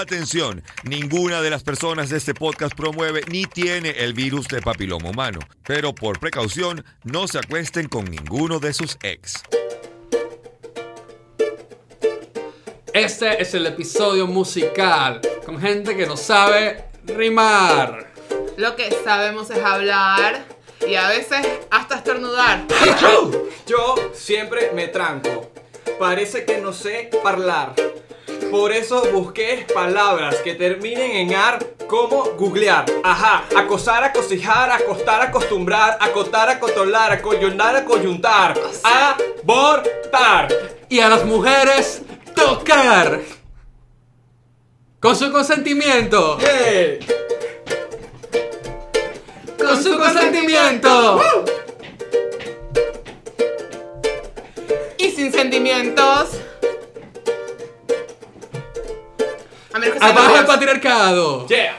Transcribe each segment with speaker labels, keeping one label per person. Speaker 1: Atención, ninguna de las personas de este podcast promueve ni tiene el virus de papiloma humano, pero por precaución no se acuesten con ninguno de sus ex.
Speaker 2: Este es el episodio musical con gente que no sabe rimar.
Speaker 3: Lo que sabemos es hablar y a veces hasta estornudar.
Speaker 4: Yo siempre me tranco. Parece que no sé hablar. Por eso busqué palabras que terminen en ar como googlear. Ajá, acosar, acosijar, acostar, acostumbrar, acotar, acotolar, acoyonar, acoyuntar, abortar.
Speaker 2: Y a las mujeres, tocar. Con su consentimiento.
Speaker 4: ¡Hey!
Speaker 2: Con su consentimiento.
Speaker 3: Y sin sentimientos. A menos que
Speaker 2: Abajo el
Speaker 3: seamos-
Speaker 2: patriarcado.
Speaker 4: Yeah.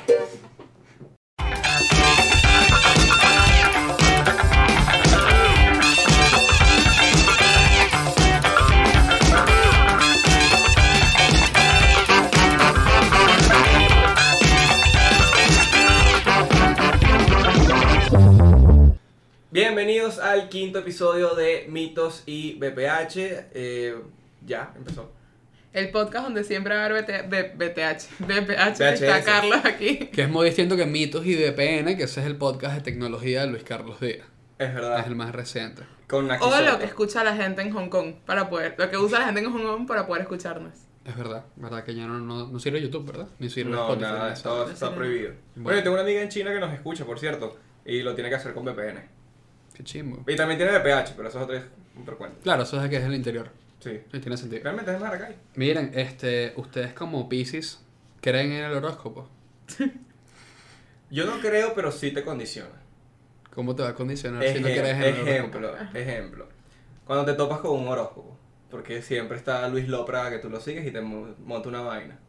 Speaker 4: Bienvenidos al quinto episodio de Mitos y BPH. Eh, ya, empezó.
Speaker 3: El podcast donde siempre va a haber BT B- BTH. BPH.
Speaker 4: VHS.
Speaker 3: Está Carlos aquí.
Speaker 2: Que es muy distinto que Mitos y DPN, que ese es el podcast de tecnología de Luis Carlos Díaz.
Speaker 4: Es
Speaker 2: Es
Speaker 4: verdad.
Speaker 2: el más reciente.
Speaker 4: Con Naki
Speaker 3: O
Speaker 4: Soto.
Speaker 3: lo que escucha la gente en Hong Kong para poder. Lo que usa la gente en Hong Kong para poder escucharnos.
Speaker 2: Es verdad, verdad que ya no, no, no sirve YouTube, ¿verdad? Ni sirve
Speaker 4: No,
Speaker 2: Spotify.
Speaker 4: nada,
Speaker 2: ni
Speaker 4: está,
Speaker 2: eso.
Speaker 3: está
Speaker 4: está
Speaker 3: bien.
Speaker 4: prohibido. Bueno,
Speaker 2: Bueno.
Speaker 4: yo tengo una amiga en China que nos escucha, por cierto, y lo tiene que hacer con VPN.
Speaker 2: Qué chimbo.
Speaker 4: Y también tiene VPH, pero eso es otro, otro cuento.
Speaker 2: Claro, eso es que es el interior.
Speaker 4: Sí.
Speaker 2: Sí, tiene sentido.
Speaker 4: Realmente es Maracay.
Speaker 2: Miren, este, ustedes como Pisces creen en el horóscopo.
Speaker 4: Yo no creo, pero sí te condiciona.
Speaker 2: ¿Cómo te va a condicionar si
Speaker 4: Ejem-
Speaker 2: no crees en el horóscopo?
Speaker 4: ejemplo, ejemplo. Cuando te topas con un horóscopo, porque siempre está Luis Lopra que tú lo sigues y te mo- monta una vaina.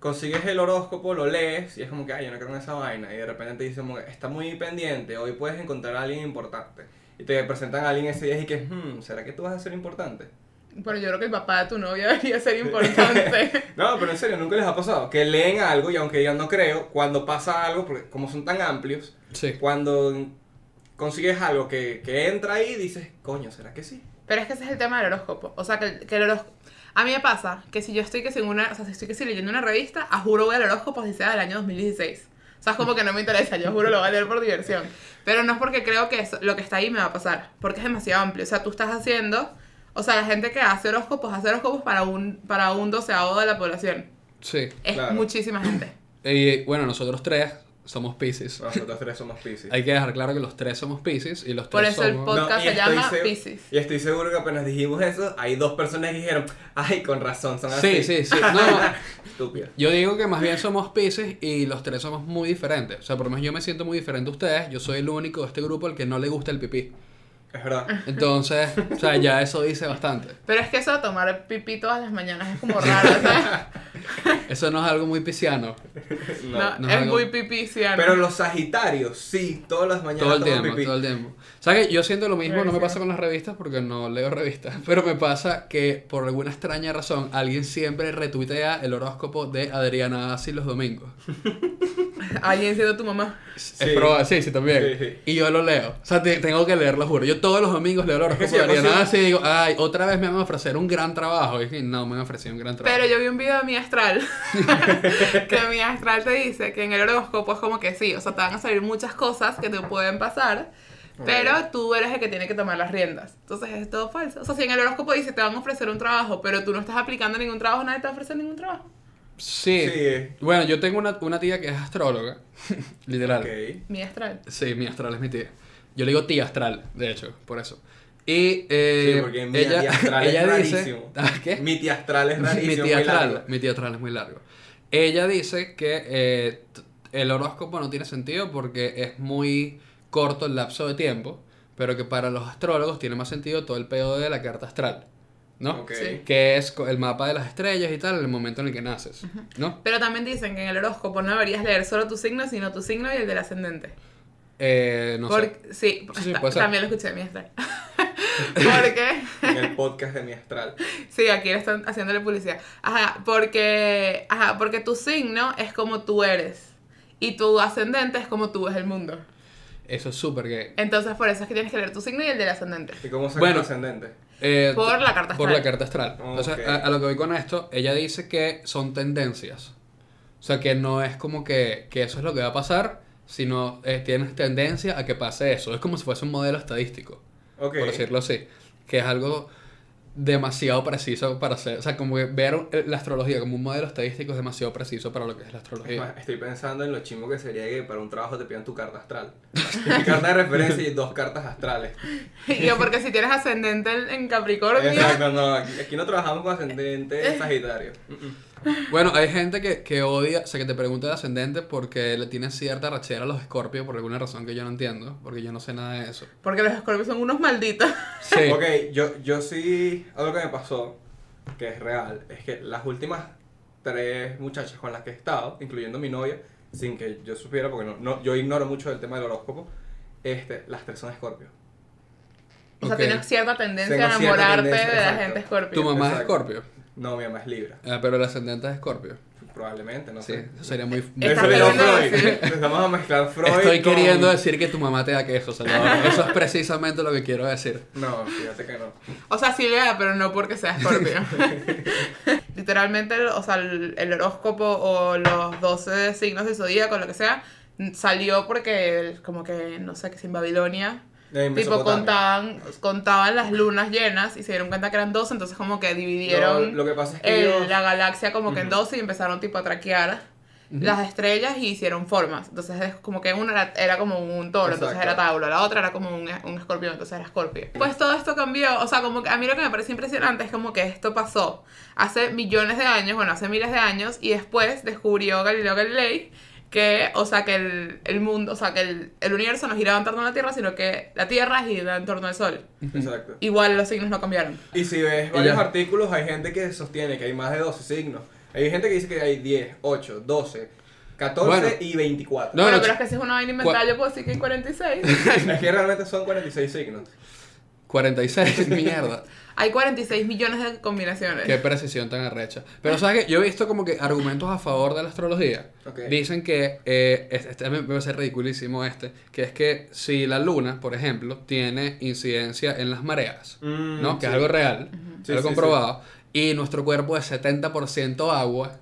Speaker 4: Consigues el horóscopo, lo lees y es como que, ay, yo no creo en esa vaina. Y de repente te dicen, como que, está muy pendiente, hoy puedes encontrar a alguien importante. Y te presentan a alguien ese día y que, hmm, ¿será que tú vas a ser importante?
Speaker 3: Pero yo creo que el papá de tu novia debería ser importante.
Speaker 4: No, pero en serio, nunca les ha pasado. Que leen algo y aunque digan no creo, cuando pasa algo, porque como son tan amplios,
Speaker 2: Sí.
Speaker 4: cuando consigues algo que, que entra ahí, dices, coño, ¿será que sí?
Speaker 3: Pero es que ese es el tema del horóscopo. O sea, que, el- que el horóscopo... A mí me pasa que si yo estoy que sin una... O sea, si estoy que si leyendo una revista, a juro voy al horóscopo si sea del año 2016. O sea, es como que no me interesa, yo juro lo voy a leer por diversión. Pero no es porque creo que eso- lo que está ahí me va a pasar, porque es demasiado amplio. O sea, tú estás haciendo... O sea, la gente que hace horóscopos, hace horóscopos para un, para un doceavo de la población.
Speaker 2: Sí.
Speaker 3: Es
Speaker 4: Claro.
Speaker 3: muchísima gente.
Speaker 2: Y bueno, nosotros tres somos Pisces.
Speaker 4: Nosotros tres somos Pisces.
Speaker 2: Hay que dejar claro que los tres somos Pisces y los
Speaker 3: Por
Speaker 2: tres
Speaker 3: eso el
Speaker 2: somos...
Speaker 3: pod- podcast
Speaker 4: y
Speaker 3: se
Speaker 4: estoy
Speaker 3: llama
Speaker 4: seg-
Speaker 3: Piscis.
Speaker 4: Y estoy seguro que apenas dijimos eso, hay dos personas que dijeron, ay, con razón, son así.
Speaker 2: Sí, sí, sí. No, no.
Speaker 4: Estúpida.
Speaker 2: Yo digo que más bien somos Pisces y los tres somos muy diferentes. O sea, por lo menos yo me siento muy diferente a ustedes. Yo soy el único de este grupo al que no le gusta el pipí.
Speaker 4: Es
Speaker 3: Ah,
Speaker 4: verdad.
Speaker 2: Entonces, o sea, ya eso dice bastante.
Speaker 3: Pero es que eso de tomar pipí todas las mañanas es como raro, ¿sabes?
Speaker 2: Eso no es algo muy pisciano.
Speaker 4: No.
Speaker 3: No,
Speaker 2: no es
Speaker 3: es
Speaker 2: algo-
Speaker 3: muy pipiciano.
Speaker 4: Pero los Sagitarios, sí, todas las mañanas
Speaker 2: Todo el
Speaker 4: toman
Speaker 2: tiempo,
Speaker 4: pipí.
Speaker 2: todo el tiempo. O sea que yo siento lo mismo, no me
Speaker 3: Buenísimo.
Speaker 2: pasa con las revistas porque no leo revistas, pero me pasa que por alguna extraña razón alguien siempre retuitea el horóscopo de Adriana Asi los domingos.
Speaker 3: Alguien siendo tu mamá.
Speaker 2: Sí,
Speaker 4: Sí.
Speaker 2: es probable, sí, sí, también.
Speaker 4: Sí, sí.
Speaker 2: Y yo lo leo. O sea, te- tengo que leerlo, juro. Yo todos los domingos leo el horóscopo
Speaker 4: sí,
Speaker 2: de
Speaker 4: hemos
Speaker 2: Adriana
Speaker 4: sido-
Speaker 2: Asi y digo, ay, otra vez me van a ofrecer un gran trabajo. Y dije, no, me han ofrecido un gran trabajo.
Speaker 3: Pero yo vi un video de mi astral que mi astral te dice que en el horóscopo es como que sí, o sea, te van a salir muchas cosas que te pueden pasar, pero tú eres el que tiene que tomar las riendas. Entonces es todo falso. O sea, si en el horóscopo dice te van a ofrecer un trabajo, pero tú no estás aplicando ningún trabajo, nadie te va a ofrecer ningún trabajo.
Speaker 2: Sí.
Speaker 4: Sí.
Speaker 2: Bueno, yo tengo una, una tía que es astróloga, literal.
Speaker 4: Ok.
Speaker 3: Mi astral.
Speaker 2: Sí, mi astral es mi tía. Yo le digo tía astral, de hecho, por eso. Y
Speaker 4: Sí,
Speaker 2: eh,
Speaker 4: porque mi
Speaker 2: ella,
Speaker 4: tía astral
Speaker 2: ella
Speaker 4: es
Speaker 2: dice,
Speaker 4: rarísimo.
Speaker 2: ¿Ah, ¿qué?
Speaker 4: Mi tía astral es rarísimo.
Speaker 2: Mi tía
Speaker 4: muy
Speaker 2: astral,
Speaker 4: largo.
Speaker 2: mi tía astral es muy largo. Ella dice que eh, t- el horóscopo no tiene sentido porque es muy corto el lapso de tiempo, pero que para los astrólogos tiene más sentido todo el pedo de la carta astral, ¿no?
Speaker 4: Ok.
Speaker 3: Sí.
Speaker 2: Que es co- el mapa de las estrellas y tal, el momento en el que naces, ¿no?
Speaker 3: Pero también dicen que en el horóscopo no deberías leer solo tu signo, sino tu signo y el del ascendente.
Speaker 2: Eh, no sé.
Speaker 3: Porque- Sí,
Speaker 2: Sí, sí,
Speaker 3: está-
Speaker 2: puede ser.
Speaker 3: también lo escuché de mi astral. Porque.
Speaker 4: en el podcast de mi astral.
Speaker 3: Sí, aquí le están haciéndole publicidad. Ajá, porque. Ajá, porque tu signo es como tú eres. Y tu ascendente es como tú ves el mundo.
Speaker 2: Eso es súper gay.
Speaker 3: Entonces, por eso es que tienes que leer tu signo y el del ascendente.
Speaker 4: ¿Y cómo saca
Speaker 2: Bueno.
Speaker 4: el ascendente?
Speaker 2: Eh,
Speaker 3: Por la carta
Speaker 2: Por
Speaker 3: astral.
Speaker 2: la carta astral. Entonces,
Speaker 4: Ok.
Speaker 2: a, a lo que voy con esto, ella dice que son tendencias. O sea, que no es como que, que eso es lo que va a pasar, sino eh, tienes tendencia a que pase eso. Es como si fuese un modelo estadístico,
Speaker 4: Ok.
Speaker 2: por decirlo así. Que es algo demasiado preciso para hacer. O sea, como que ver eh, la astrología como un modelo estadístico es demasiado preciso para lo que es la
Speaker 4: Es más,
Speaker 2: astrología.
Speaker 4: Estoy pensando en lo chingo que sería que para un trabajo te pidan tu carta astral. Mi carta de referencia y dos cartas astrales.
Speaker 3: Y Yo, porque si tienes ascendente en- en Capricornio.
Speaker 4: Exacto, no, aquí, aquí no trabajamos con ascendente
Speaker 3: Eh.
Speaker 4: en Sagitario.
Speaker 2: Bueno, hay gente que, que odia, o sea, que te pregunta el ascendente porque le tiene cierta rachera a los escorpios por alguna razón que yo no entiendo, porque yo no sé nada de eso.
Speaker 3: Porque los escorpios son unos malditos.
Speaker 2: Sí.
Speaker 4: Ok, yo, yo sí, algo que me pasó, que es real, es que las últimas tres muchachas con las que he estado, incluyendo mi novia, sin que yo supiera, porque no, no- yo ignoro mucho el tema del horóscopo, este, las tres son escorpio.
Speaker 3: O sea,
Speaker 2: Ok.
Speaker 3: tienes cierta tendencia
Speaker 4: Tengo
Speaker 3: a
Speaker 4: cierta
Speaker 3: enamorarte
Speaker 4: tendencia,
Speaker 3: de la
Speaker 4: exacto.
Speaker 3: gente
Speaker 2: Tu
Speaker 3: escorpio.
Speaker 2: mamá es
Speaker 4: Exacto.
Speaker 2: escorpio.
Speaker 4: No, mi mamá es libra,
Speaker 2: Ah, pero el ascendente es escorpio.
Speaker 4: probablemente, no
Speaker 2: sí,
Speaker 4: sé.
Speaker 2: eso sería muy...
Speaker 3: Estás
Speaker 4: Eso le dio
Speaker 3: queriendo
Speaker 4: Freud.
Speaker 3: decir-
Speaker 4: Empezamos a mezclar Freud
Speaker 2: Estoy
Speaker 4: con-
Speaker 2: queriendo decir que tu mamá te da queso, Salvador. Eso es precisamente lo que quiero decir.
Speaker 4: No, fíjate que no.
Speaker 3: O sea, sí le da, pero no porque sea escorpio. Literalmente, o sea, el, el horóscopo o los 12 signos del zodíaco, lo que sea, n- salió porque, el- como que, no sé, que sin Babilonia.
Speaker 4: En
Speaker 3: Tipo,
Speaker 4: Mesopotamia.
Speaker 3: contaban, contaban las lunas llenas y se dieron cuenta que eran 12, entonces como que dividieron
Speaker 4: No, lo que pasa es que
Speaker 3: el-
Speaker 4: ellos-
Speaker 3: Eh, la galaxia como que en 12 y empezaron tipo a traquear las estrellas y hicieron formas. Entonces es como que una era, era como un toro, entonces
Speaker 4: Exacto.
Speaker 3: era Tauro, la otra era como un, un escorpión, entonces era escorpio. Pues todo esto cambió, o sea, como que a mí lo que me parece impresionante es como que esto pasó hace millones de años, bueno, hace miles de años y después descubrió Galileo Galilei que, o sea, que el, el mundo, o sea, que el, el universo no giraba en torno a la Tierra, sino que la Tierra giraba en torno al Sol.
Speaker 4: Exacto.
Speaker 3: Igual los signos no cambiaron.
Speaker 4: Y si ves varios
Speaker 2: ya.
Speaker 4: artículos, hay gente que sostiene que hay más de 12 signos. Hay gente que dice que hay 10, 8, 12, 14
Speaker 2: Bueno.
Speaker 4: y 24.
Speaker 2: No,
Speaker 3: bueno,
Speaker 2: no,
Speaker 3: pero
Speaker 2: ch-
Speaker 3: es que si es una vaina inventada,
Speaker 2: cua-
Speaker 3: yo puedo decir que hay 46.
Speaker 4: Es que realmente son 46 signos.
Speaker 2: 46, mierda.
Speaker 3: hay 46 millones de combinaciones.
Speaker 2: Qué precisión tan arrecha. Pero sabes que yo he visto como que argumentos a favor de la astrología.
Speaker 4: Ok.
Speaker 2: Dicen que, eh, es- este me parece ridiculísimo este, que es que si la luna, por ejemplo, tiene incidencia en las mareas,
Speaker 4: Mm,
Speaker 2: ¿no? Que
Speaker 4: sí.
Speaker 2: es algo real,
Speaker 4: Sí,
Speaker 2: algo
Speaker 4: sí,
Speaker 2: comprobado, y nuestro cuerpo es 70% agua,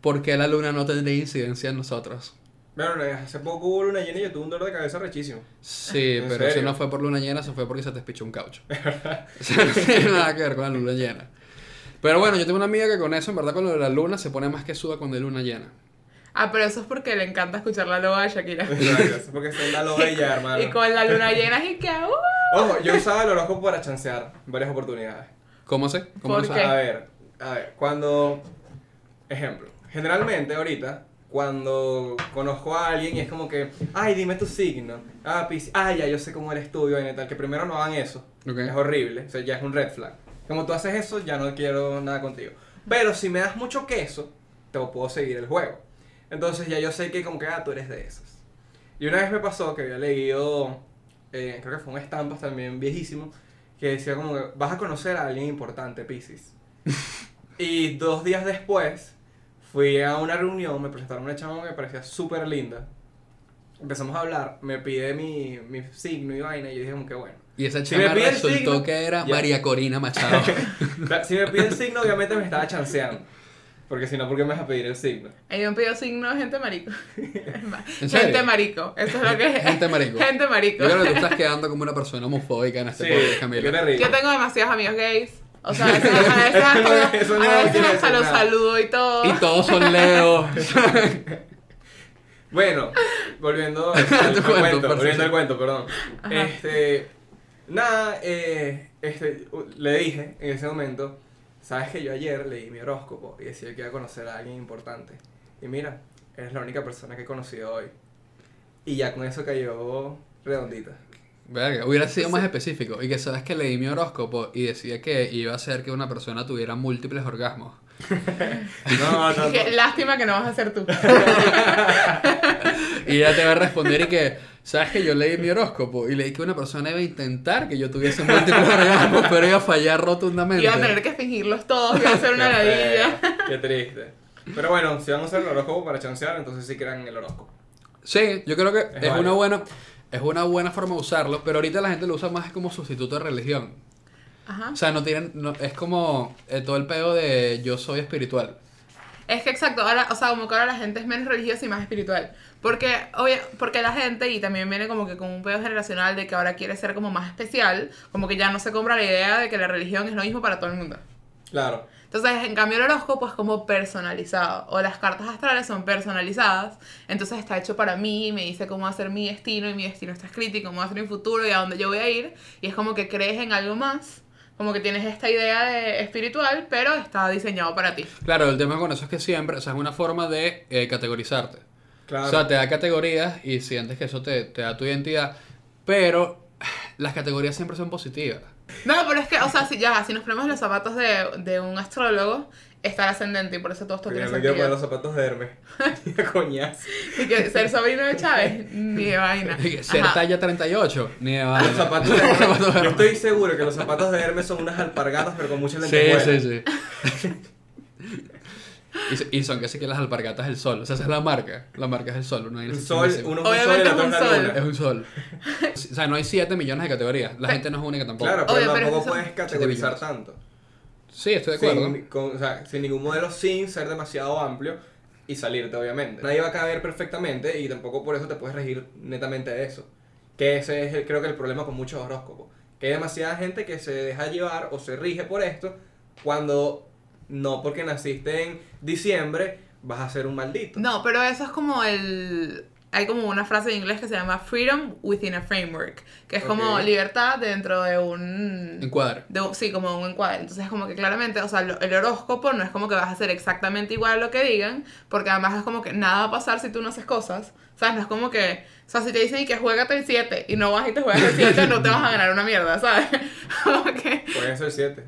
Speaker 2: ¿por qué la luna no tendría incidencia en nosotros?
Speaker 4: Bueno, no, hace poco hubo luna llena y yo tuve un dolor de cabeza rechísimo.
Speaker 2: Sí,
Speaker 4: ¿En
Speaker 2: pero
Speaker 4: serio?
Speaker 2: eso no fue por luna llena, eso fue porque se te espichó un caucho. O sea, no tiene nada que ver con la luna llena. Pero bueno, yo tengo una amiga que con eso, en verdad, con lo de la luna se pone más que suda cuando hay luna llena.
Speaker 3: Ah, pero eso es porque le encanta escuchar la loba de Shakira.
Speaker 4: Exacto, es porque son la loba y ya, hermano.
Speaker 3: Y con la luna llena y que ¡uh!
Speaker 4: Ojo, yo usaba el horóscopo para chancear varias oportunidades.
Speaker 2: ¿Cómo sé? ¿Cómo
Speaker 3: ¿Por
Speaker 2: lo
Speaker 4: O
Speaker 2: sabe?
Speaker 3: qué?
Speaker 4: sea, a ver, a ver, cuando. Ejemplo. Generalmente, ahorita, cuando conozco a alguien y es como que, ay, dime tu signo. Ah, Piscis, ah, ya, yo sé cómo eres tú, y tal. Que primero no hagan eso.
Speaker 2: Ok.
Speaker 4: Es horrible. O sea, ya es un red flag. Como tú haces eso, ya no quiero nada contigo. Pero si me das mucho queso, te puedo seguir el juego. Entonces ya yo sé que, como que, ah, tú eres de esas. Y una vez me pasó que había leído, eh, creo que fue un estampas también viejísimo, que decía como que vas a conocer a alguien importante, Pisces. y dos días después fui a una reunión, me presentaron una chama que me parecía súper linda. Empezamos a hablar, me pide mi, mi signo y vaina, y yo dije como que bueno.
Speaker 2: Y esa
Speaker 4: me
Speaker 2: chama
Speaker 4: pide el
Speaker 2: resultó
Speaker 4: signo-
Speaker 2: que era
Speaker 4: Ya.
Speaker 2: María Corina Machado.
Speaker 4: si me pide el signo, obviamente me estaba chanceando. Porque si no, ¿por qué me vas a pedir el signo?
Speaker 3: Ahí me han pedido signo de gente marico. gente
Speaker 2: serio?
Speaker 3: marico. Eso es lo que es.
Speaker 2: Gente marico.
Speaker 3: Gente marico.
Speaker 2: Yo creo que tú estás quedando como una persona homofóbica en este
Speaker 4: Sí,
Speaker 2: podcast,
Speaker 4: qué
Speaker 2: Camila.
Speaker 4: terrible.
Speaker 3: Yo tengo demasiados amigos gays. O sea, a veces, a veces hasta,
Speaker 4: Eso no
Speaker 3: a veces
Speaker 4: quiere
Speaker 3: hasta
Speaker 4: decir
Speaker 3: los
Speaker 4: nada.
Speaker 3: saludo y todo.
Speaker 2: Y todos son leos.
Speaker 4: Bueno, volviendo al, al- al
Speaker 2: Tu cuento,
Speaker 4: cuento,
Speaker 2: por favor.
Speaker 4: volviendo al cuento, perdón.
Speaker 3: Ajá.
Speaker 4: Este, nada, eh, este, u- le dije en ese momento, sabes que yo ayer leí mi horóscopo y decía que iba a conocer a alguien importante. Y mira, eres la única persona que he conocido hoy. Y ya con eso cayó redondita.
Speaker 2: Verga, hubiera sido más específico. Y que sabes que leí mi horóscopo y decía que iba a hacer que una persona tuviera múltiples orgasmos.
Speaker 4: No, no,
Speaker 3: Dije,
Speaker 4: no.
Speaker 3: lástima que no vas a ser tú.
Speaker 2: Y ella te va a responder y que ¿Sabes que yo leí mi horóscopo y leí que una persona iba a intentar que yo tuviese múltiples orgasmos, pero iba a fallar rotundamente?
Speaker 3: Iba a tener que fingirlos todos, iba a ser una
Speaker 4: Qué feo,
Speaker 3: ladilla.
Speaker 4: Qué triste. Pero bueno, si van a usar el horóscopo para chancear, entonces sí crean en el horóscopo.
Speaker 2: Sí, yo creo que es,
Speaker 4: válido.
Speaker 2: una buena es una buena forma de usarlo, pero ahorita la gente lo usa más como sustituto de religión.
Speaker 3: Ajá.
Speaker 2: O sea, no tienen no- es como eh, todo el pedo de yo soy espiritual.
Speaker 3: Es que exacto, ahora, o sea, como que ahora la gente es menos religiosa y más espiritual. Porque, obvia- porque la gente, y también viene como que con un pedo generacional de que ahora quiere ser como más especial, como que ya no se compra la idea de que la religión es lo mismo para todo el mundo.
Speaker 4: Claro.
Speaker 3: Entonces, en cambio, el horóscopo es como personalizado, o las cartas astrales son personalizadas, entonces está hecho para mí, y me dice cómo va a ser mi destino, y mi destino está escrito, y cómo va a ser mi futuro, y a dónde yo voy a ir, y es como que crees en algo más, como que tienes esta idea de espiritual, pero está diseñado para ti.
Speaker 2: Claro, el tema con eso es que siempre, o sea, es una forma de eh, categorizarte.
Speaker 4: Claro.
Speaker 2: O sea, te da categorías y sientes que eso te, te da tu identidad, pero las categorías siempre son positivas.
Speaker 3: No, pero es que, o sea, si ya, si nos ponemos los zapatos de, de un astrólogo, está el ascendente y por eso todo esto
Speaker 4: Porque
Speaker 3: tiene
Speaker 4: me quiero poner los
Speaker 3: sentido.
Speaker 4: zapatos de Hermes. Coñazo.
Speaker 3: Y que ser sobrino de Chávez, ni de vaina.
Speaker 2: Ser
Speaker 3: Ajá.
Speaker 2: talla 38, ni de
Speaker 4: Los
Speaker 2: vaina.
Speaker 4: zapatos de Hermes. Yo estoy seguro que los zapatos de Hermes son unas alpargatas, pero con muchas
Speaker 2: Sí,
Speaker 4: lentejuelas.
Speaker 2: sí, sí. Y so- y, son que sí que las alpargatas del sol. O sea, esa es la marca. La marca es el sol. Una vaina
Speaker 4: Un
Speaker 2: así
Speaker 4: sol,
Speaker 2: chimísima.
Speaker 4: uno es un sol y
Speaker 3: Obviamente
Speaker 4: la
Speaker 3: es
Speaker 4: otra
Speaker 3: un
Speaker 4: es la
Speaker 3: sol.
Speaker 2: Es
Speaker 4: luna.
Speaker 2: un sol. O sea, no hay 7 millones de categorías. La gente no es única tampoco.
Speaker 4: Claro, pero
Speaker 3: Obvio, pero
Speaker 4: tampoco
Speaker 3: esos son-
Speaker 4: puedes categorizar tanto.
Speaker 2: Sí, estoy de acuerdo.
Speaker 4: Sin, con- o sea, sin ningún modelo, sin ser demasiado amplio y salirte, obviamente. Nadie va a caber perfectamente y tampoco por eso te puedes regir netamente de eso. Que ese es, el- creo que, el problema con muchos horóscopos. Que hay demasiada gente que se deja llevar o se rige por esto cuando no porque naciste en diciembre vas a ser un maldito.
Speaker 3: No, pero eso es como el... Hay como una frase en inglés que se llama freedom within a framework, que es como
Speaker 4: Ok.
Speaker 3: libertad dentro de un...
Speaker 2: Encuadre.
Speaker 3: de un- sí, como un encuadre. Entonces, como que claramente, o sea, lo- el horóscopo no es como que vas a hacer exactamente igual a lo que digan, porque además es como que nada va a pasar si tú no haces cosas. ¿Sabes? No es como que, o sea, si te dicen y que juégate el 7 y no vas y te juegas el 7, no te vas a ganar una mierda, ¿sabes? Como que-
Speaker 4: Pueden ser siete.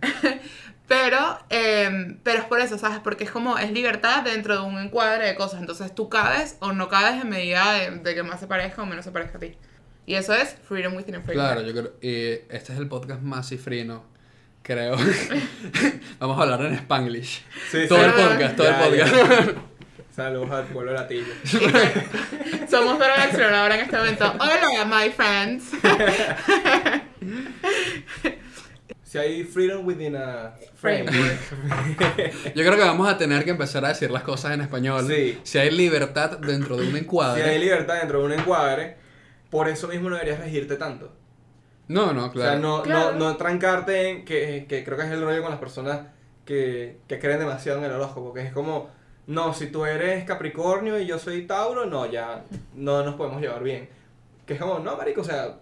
Speaker 3: pero, eh, pero es por eso, ¿sabes? Porque es como, es libertad dentro de un encuadre de cosas. Entonces, tú cabes o no cabes en medida de, de que más se parezca o menos se parezca a ti. Y eso es Freedom Within a Freedom.
Speaker 2: Claro, yo creo. Y este es el podcast más cifrino, creo. Vamos a hablar en Spanglish.
Speaker 4: Sí,
Speaker 2: Todo
Speaker 4: sí.
Speaker 2: el podcast, todo el
Speaker 4: Ya, ya.
Speaker 2: podcast.
Speaker 4: Saludos al pueblo latino.
Speaker 3: Somos Dora la Exploradora en este momento. Hola, my friends.
Speaker 4: Si hay freedom within a pues.
Speaker 3: Framework.
Speaker 2: Yo creo que vamos a tener que empezar a decir las cosas en español.
Speaker 4: Sí.
Speaker 2: Si hay libertad dentro de un
Speaker 4: Si
Speaker 2: encuadre.
Speaker 4: hay libertad dentro de un encuadre, por eso mismo no deberías regirte tanto.
Speaker 2: No, no, claro.
Speaker 4: O sea, no,
Speaker 3: Claro.
Speaker 4: no, no trancarte en que, que creo que es el rollo con las personas que, que creen demasiado en el horóscopo, que es como, no, si tú eres Capricornio y yo soy Tauro, no, ya no nos podemos llevar bien. Que es como, no, marico, o sea,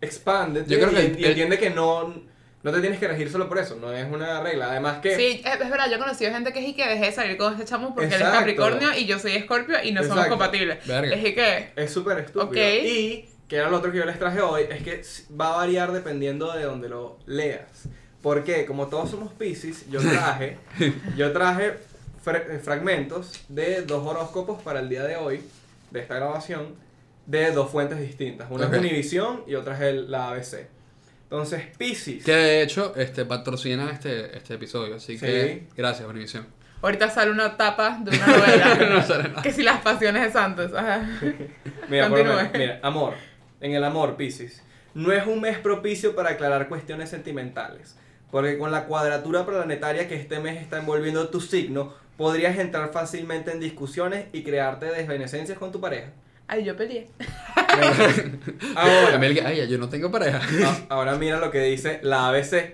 Speaker 4: expande
Speaker 2: Yo creo
Speaker 4: y,
Speaker 2: que
Speaker 4: en-
Speaker 2: el-
Speaker 4: y entiende que no, no te tienes que regir solo por eso, no es una regla. Además que...
Speaker 3: Sí, es es verdad, yo he conocido gente que es y que dejé de salir con este chamo porque él es
Speaker 4: Exacto.
Speaker 3: Capricornio y yo soy Escorpio y no somos
Speaker 4: Exacto.
Speaker 3: compatibles.
Speaker 2: Verga.
Speaker 3: Es y que.
Speaker 4: Es súper estúpido.
Speaker 3: Ok.
Speaker 4: Y que era lo otro que yo les traje hoy, es que s- va a variar dependiendo de donde lo leas. Porque como todos somos Pisces, yo traje, yo traje fra- eh, fragmentos de dos horóscopos para el día de hoy, de esta grabación, de dos fuentes distintas. Una
Speaker 2: Ok.
Speaker 4: es Univision y otra es el- la ABC. Entonces, Pisces.
Speaker 2: Que de hecho este, patrocinan este, este episodio, así que gracias, Univision.
Speaker 3: Ahorita sale una tapa de una
Speaker 2: No
Speaker 3: novela.
Speaker 2: sale nada.
Speaker 3: que si las pasiones de Santos. Ajá.
Speaker 4: Mira, por lo
Speaker 3: Continúe.
Speaker 4: menos, mira, amor. En el amor, Piscis. No es un mes propicio para aclarar cuestiones sentimentales. Porque con la cuadratura planetaria que este mes está envolviendo tu signo, podrías entrar fácilmente en discusiones y crearte desvenecencias con tu pareja.
Speaker 3: Ay, yo peleé.
Speaker 4: Ahora,
Speaker 2: Camila, que, ay, yo no tengo pareja.
Speaker 4: Ah, Ahora mira lo que dice la ABC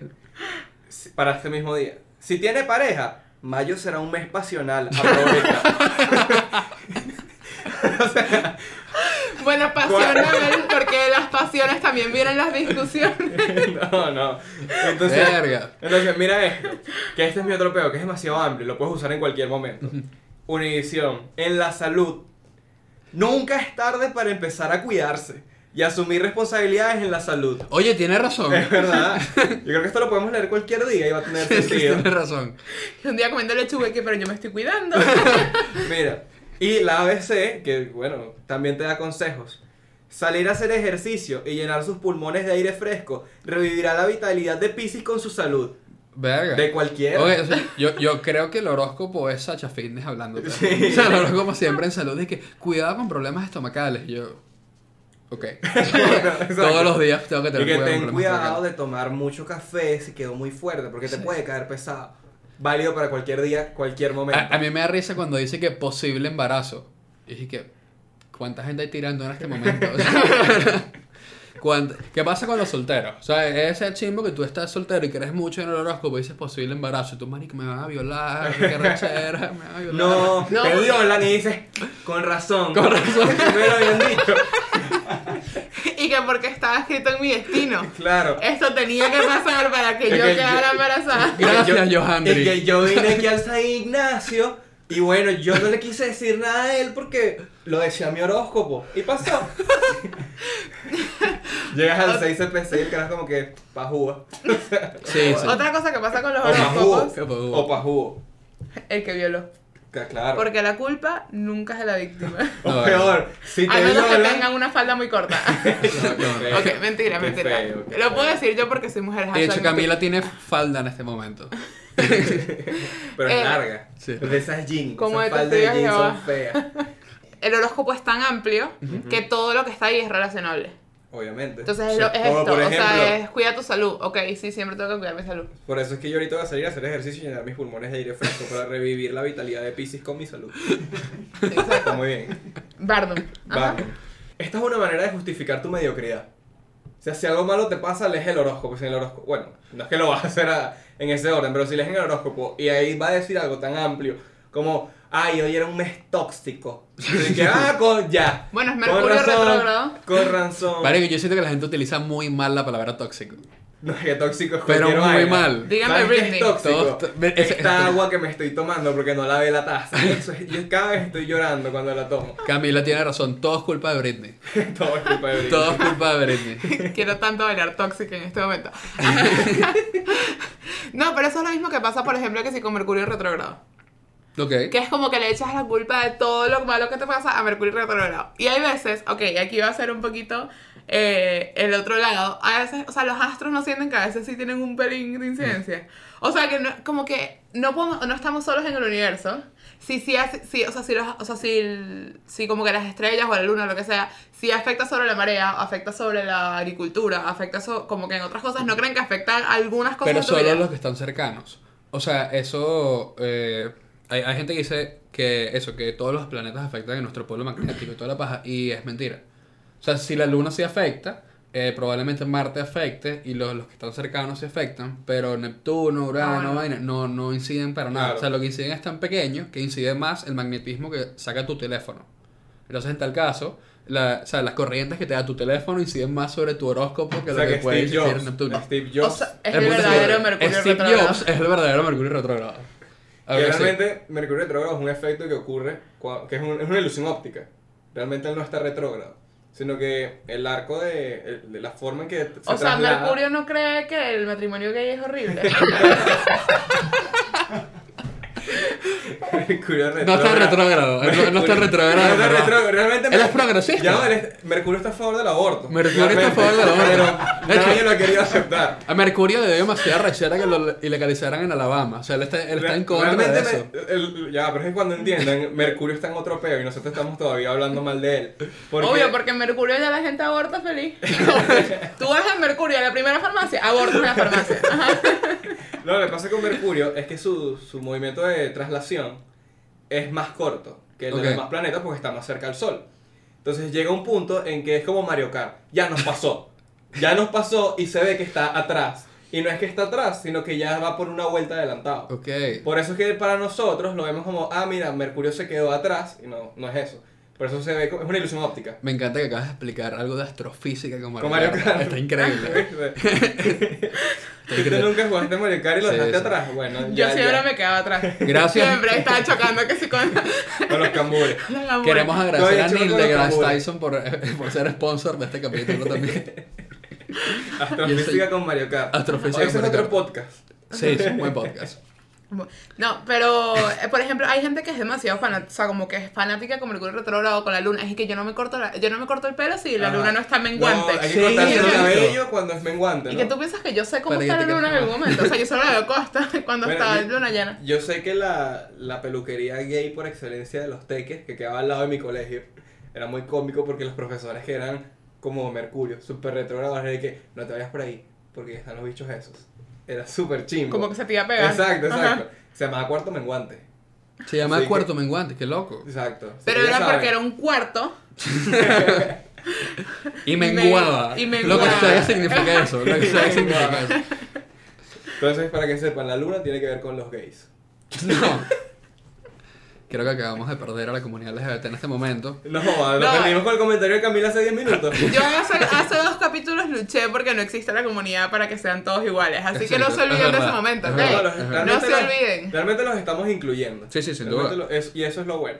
Speaker 4: si- para este mismo día. Si tiene pareja, mayo será un mes pasional. Aprovecha.
Speaker 3: Bueno, pasional, porque las pasiones también vienen las discusiones.
Speaker 4: no, no. Entonces,
Speaker 2: Verga.
Speaker 4: Entonces, mira esto. Que este es mi otro peo, que es demasiado amplio. Lo puedes usar en cualquier momento. Univisión. En la salud. Nunca es tarde para empezar a cuidarse y asumir responsabilidades en la salud.
Speaker 2: Oye, tiene razón.
Speaker 4: Es verdad. Yo creo que esto lo podemos leer cualquier día y va a tener sentido.
Speaker 2: tiene razón.
Speaker 3: Un día comiendo lechuga y que, pero yo me estoy cuidando.
Speaker 4: Mira. Y la ABC, que bueno, también te da consejos. Salir a hacer ejercicio y llenar sus pulmones de aire fresco revivirá la vitalidad de Pisces con su salud.
Speaker 2: Verga.
Speaker 4: De cualquiera.
Speaker 2: Oye, o sea, yo, yo creo que el horóscopo es Sacha Fitness hablando.
Speaker 4: Sí.
Speaker 2: O sea, el horóscopo siempre en salud es que cuidado con problemas estomacales. Yo. Ok. Todos los días tengo que
Speaker 4: Y
Speaker 2: tener
Speaker 4: que
Speaker 2: cuidado.
Speaker 4: ten
Speaker 2: con problemas
Speaker 4: cuidado
Speaker 2: estomacales.
Speaker 4: de tomar mucho café si quedó muy fuerte, porque te
Speaker 2: Sí.
Speaker 4: puede caer pesado. Válido para cualquier día, cualquier momento.
Speaker 2: A, a mí me da risa cuando dice que posible embarazo. Y dije que. ¿Cuánta gente hay tirando en este momento? O sea, ¿cuánt- ¿Qué pasa con los solteros? O sea, es ese chimbo que tú estás soltero y crees mucho en el horóscopo y dices posible embarazo. Y tú, marico, me van a violar, qué rechera, me van a violar.
Speaker 4: No,
Speaker 3: No.
Speaker 4: te violan y dices, con razón.
Speaker 2: Con razón.
Speaker 4: Me lo habían dicho.
Speaker 3: Y que porque estaba escrito en mi destino.
Speaker 4: Claro.
Speaker 2: Eh,
Speaker 3: Esto tenía que pasar para que yo
Speaker 4: Ok,
Speaker 3: quedara
Speaker 4: yo-
Speaker 3: embarazada.
Speaker 2: Gracias,
Speaker 4: Y yo-
Speaker 2: Johandri.
Speaker 4: y que yo vine aquí al San Ignacio y bueno, yo no le quise decir nada a él porque lo decía mi horóscopo. Y pasó. Llegas
Speaker 2: Ah.
Speaker 4: al 6 CPC y el carajo como que pa' jugo.
Speaker 2: Sí, sí.
Speaker 3: Otra cosa que pasa con
Speaker 2: Ah,
Speaker 3: los
Speaker 4: O pa'
Speaker 3: horóscopos,
Speaker 4: jugo. O pa' jugo.
Speaker 3: el que violó.
Speaker 4: Ca- Claro.
Speaker 3: Porque la culpa nunca es de la víctima.
Speaker 4: O
Speaker 2: No,
Speaker 4: peor, si
Speaker 3: A
Speaker 4: te
Speaker 3: menos que
Speaker 4: violan-
Speaker 3: tengan una falda muy corta.
Speaker 2: No, no, no.
Speaker 4: Qué feo,
Speaker 3: ok, mentira,
Speaker 4: qué
Speaker 3: mentira.
Speaker 4: feo, qué
Speaker 3: Lo puedo
Speaker 4: feo.
Speaker 3: decir yo porque soy mujer.
Speaker 2: De
Speaker 3: hashtag
Speaker 2: hecho,
Speaker 3: no
Speaker 2: Camila tiene falda en este momento.
Speaker 4: Pero es
Speaker 3: Eh,
Speaker 4: larga.
Speaker 2: sí.
Speaker 4: De esas jeans.
Speaker 3: Como
Speaker 4: esas
Speaker 3: de
Speaker 4: faldas de
Speaker 3: testigos
Speaker 4: jeans son
Speaker 3: Jehová.
Speaker 4: feas.
Speaker 3: estoy- El horóscopo es tan amplio que todo lo que está ahí es relacionable.
Speaker 4: Obviamente.
Speaker 3: Entonces es,
Speaker 4: Sí.
Speaker 3: lo- es
Speaker 4: Como
Speaker 3: esto,
Speaker 4: por
Speaker 3: o sea,
Speaker 4: ejemplo,
Speaker 3: es cuida tu salud. Ok, sí, siempre tengo que cuidar mi salud.
Speaker 4: Por eso es que yo ahorita voy a salir a hacer ejercicio y llenar mis pulmones de aire fresco para revivir la vitalidad de Pisces con mi salud. Está muy bien.
Speaker 3: Bardum. Ajá.
Speaker 4: Vamos. Esta es una manera de justificar tu mediocridad. O sea, si algo malo te pasa, lees el horóscopo. Si en el horóscopo, bueno, no es que lo vas a hacer a- en ese orden, pero si lees en el horóscopo y ahí va a decir algo tan amplio como, ay, hoy era un mes tóxico. Y que, ah, con, ya.
Speaker 3: Bueno, es
Speaker 4: Con
Speaker 3: Mercurio
Speaker 4: razón,
Speaker 3: retrógrado.
Speaker 4: Con razón.
Speaker 2: Vale, que yo siento que la gente utiliza muy mal la palabra tóxico.
Speaker 4: No, que tóxico es
Speaker 2: Pero
Speaker 4: cualquier
Speaker 2: muy
Speaker 4: vaina.
Speaker 2: mal.
Speaker 3: Dígame,
Speaker 4: ¿Sabes qué
Speaker 3: Britney.
Speaker 4: es tóxico?
Speaker 2: Todos- ve- ese- este-
Speaker 4: Esta agua que me estoy tomando porque no lavé la taza. Eso es- yo cada vez estoy llorando cuando la tomo.
Speaker 2: Camila tiene razón, todo es culpa de Britney.
Speaker 4: Todo es culpa de Britney.
Speaker 2: Todo es culpa de Britney.
Speaker 3: Quiero tanto bailar tóxica en este momento. no, pero eso es lo mismo que pasa, por ejemplo, que si con Mercurio retrógrado.
Speaker 2: Ok.
Speaker 3: Que es como que le echas la culpa de todo lo malo que te pasa a Mercurio retrógrado. Y hay veces, ok, aquí va a ser un poquito eh, el otro lado. A veces, o sea, los astros no sienten que a veces sí tienen un pelín de incidencia. O sea, que no, como que no, podemos- no estamos solos en el universo. Sí, sí, hace- sí, o sea, si, los, o sea si, el- si como que las estrellas o la luna o lo que sea, si afecta sobre la marea, afecta sobre la agricultura, afecta so- como que en otras cosas, no creen que afecta algunas cosas.
Speaker 2: Pero
Speaker 3: de tu vida?
Speaker 2: solo los que están cercanos. O sea, eso. eh, hay, hay gente que dice que eso, que todos los planetas afectan en nuestro polo magnético y toda la paja, y es mentira. O sea, si la luna sí afecta, eh, probablemente Marte afecte y los, los que están cercanos se afectan, pero Neptuno, Urano,
Speaker 3: bueno.
Speaker 2: vaina, no, no inciden para nada.
Speaker 4: Claro.
Speaker 2: O sea, lo que inciden es tan pequeño que incide más el magnetismo que saca tu teléfono. Entonces, en tal caso, la- o sea, las corrientes que te da tu teléfono inciden más sobre tu horóscopo que
Speaker 4: O
Speaker 2: lo
Speaker 4: sea,
Speaker 2: que,
Speaker 4: que
Speaker 2: puede
Speaker 4: Steve
Speaker 2: existir
Speaker 4: Jobs.
Speaker 2: en Neptuno.
Speaker 4: Steve
Speaker 3: O
Speaker 4: Jobs.
Speaker 3: sea,
Speaker 2: Es
Speaker 3: es el
Speaker 2: muy
Speaker 3: verdadero
Speaker 2: seguro.
Speaker 3: Mercurio
Speaker 2: Steve
Speaker 3: retrógrado.
Speaker 2: Jobs es el verdadero Mercurio retrógrado. A
Speaker 4: que
Speaker 2: ver, sí.
Speaker 4: realmente Mercurio retrógrado es un efecto que ocurre, cua- que es, un- es una ilusión óptica. Realmente él no está retrógrado, sino que el arco de, el- de la forma en que se
Speaker 3: O sea,
Speaker 4: traslada-
Speaker 3: Mercurio no cree que el matrimonio gay es horrible.
Speaker 4: Mercurio
Speaker 2: No está
Speaker 4: retrógrado.
Speaker 2: retrógrado. No, no está retrógrado.
Speaker 4: No está
Speaker 2: ¿verdad?
Speaker 4: retrógrado, Realmente
Speaker 2: Él es progresista.
Speaker 4: Ya, él es- Mercurio está a favor del aborto.
Speaker 2: Mercurio está a favor del aborto.
Speaker 4: Pero nadie
Speaker 2: Hecho.
Speaker 4: lo ha querido aceptar.
Speaker 2: A Mercurio le dio demasiada rechera que lo ilegalizaran en Alabama. O sea, él está, él está en contra de
Speaker 4: Realmente
Speaker 2: eso.
Speaker 4: me- el- ya, pero es que cuando entiendan, Mercurio está en otro peo y nosotros estamos todavía hablando mal de él.
Speaker 3: Obvio, porque en Mercurio ya la gente aborta feliz. Tú vas a Mercurio a la primera farmacia, abortas en la farmacia. Ajá.
Speaker 4: No, lo que pasa con Mercurio es que su, su movimiento de traslación es más corto que el de
Speaker 2: Ok.
Speaker 4: los demás planetas porque está más cerca al Sol. Entonces llega un punto en que es como Mario Kart. Ya nos pasó. ya nos pasó y se ve que está atrás. Y no es que está atrás, sino que ya va por una vuelta adelantado.
Speaker 2: Ok.
Speaker 4: Por eso es que para nosotros lo vemos como, ah, mira, Mercurio se quedó atrás. Y no, no es eso. Por eso se ve como, es una ilusión óptica.
Speaker 2: Me encanta que acabas de explicar algo de astrofísica con Mario,
Speaker 4: Con Mario
Speaker 2: Kart.
Speaker 4: Kart.
Speaker 2: Está increíble. Está
Speaker 4: ¿Tú
Speaker 2: increíble.
Speaker 4: nunca jugaste Mario Kart y lo
Speaker 2: Sí,
Speaker 4: dejaste
Speaker 2: sí.
Speaker 4: atrás? Bueno,
Speaker 3: Yo
Speaker 4: ya,
Speaker 3: siempre
Speaker 4: ya.
Speaker 3: me quedaba atrás.
Speaker 2: Gracias.
Speaker 3: Siempre estaba chocando que sí con
Speaker 4: Con los cambures.
Speaker 3: los amores.
Speaker 2: Queremos agradecer
Speaker 4: Lo he
Speaker 2: a
Speaker 4: hecho
Speaker 2: Neil
Speaker 4: con los
Speaker 2: deGrasse
Speaker 4: tambores.
Speaker 2: Tyson por, por ser sponsor de este capítulo también.
Speaker 4: Astrofísica con Mario Kart.
Speaker 2: Astrofísica
Speaker 4: Ese
Speaker 2: con
Speaker 4: es
Speaker 2: Mario
Speaker 4: otro
Speaker 2: Kart.
Speaker 4: podcast.
Speaker 2: Sí, es un buen podcast.
Speaker 3: Bu- No, pero eh, por ejemplo, hay gente que es demasiado fanática, o sea, como que es fanática como el culo retrógrado con la luna, es que yo no me corto la- yo no me corto el pelo si la
Speaker 4: Ajá.
Speaker 3: luna no está menguante.
Speaker 4: No, hay
Speaker 2: Sí,
Speaker 4: que cortarse el
Speaker 2: exacto.
Speaker 4: cabello cuando es menguante.
Speaker 3: Y
Speaker 4: ¿no?
Speaker 3: que tú piensas que yo sé cómo
Speaker 2: Para que
Speaker 3: está la
Speaker 2: te quede
Speaker 3: luna en
Speaker 2: mal.
Speaker 3: algún momento, o sea, yo solo la veo costa cuando
Speaker 4: Bueno,
Speaker 3: está
Speaker 4: yo-
Speaker 3: luna llena.
Speaker 4: Yo sé que la, la peluquería gay por excelencia de los teques, que quedaba al lado de mi colegio, era muy cómico porque los profesores que eran como Mercurio, súper retrógrados, era de que no te vayas por ahí, porque están los bichos esos. Era súper chimbo.
Speaker 3: Como que se te iba a pegar.
Speaker 4: Exacto,
Speaker 3: Ajá.
Speaker 4: exacto. Se llamaba cuarto menguante.
Speaker 2: Se llama
Speaker 4: Sí, que-
Speaker 2: Cuarto Menguante, qué loco.
Speaker 4: Exacto. Sí,
Speaker 3: Pero
Speaker 4: ya
Speaker 3: era
Speaker 4: saben.
Speaker 3: porque era un cuarto.
Speaker 2: Y menguaba.
Speaker 3: Y
Speaker 2: Lo que
Speaker 3: menguaba.
Speaker 2: sea que significa eso. Lo que sea que significa eso.
Speaker 4: Entonces, para que sepan, la luna tiene que ver con los gays.
Speaker 2: No. Creo que acabamos de perder a la comunidad LGBT en este momento.
Speaker 4: No, lo
Speaker 3: No.
Speaker 4: perdimos con el comentario de Camila hace 10 minutos.
Speaker 3: Yo hace, hace dos capítulos luché porque no existe la comunidad para que sean todos iguales, así que no
Speaker 2: Exacto,
Speaker 3: se
Speaker 2: es
Speaker 3: olviden de
Speaker 2: verdad,
Speaker 3: ese momento,
Speaker 2: es
Speaker 3: ¿ok?
Speaker 2: verdad.
Speaker 4: No, los-
Speaker 2: Ajá.
Speaker 4: realmente
Speaker 3: No se
Speaker 4: los-
Speaker 3: olviden.
Speaker 4: Realmente los estamos incluyendo.
Speaker 2: Sí, sí, sin
Speaker 4: Realmente
Speaker 2: duda.
Speaker 4: lo- es- y eso es lo bueno.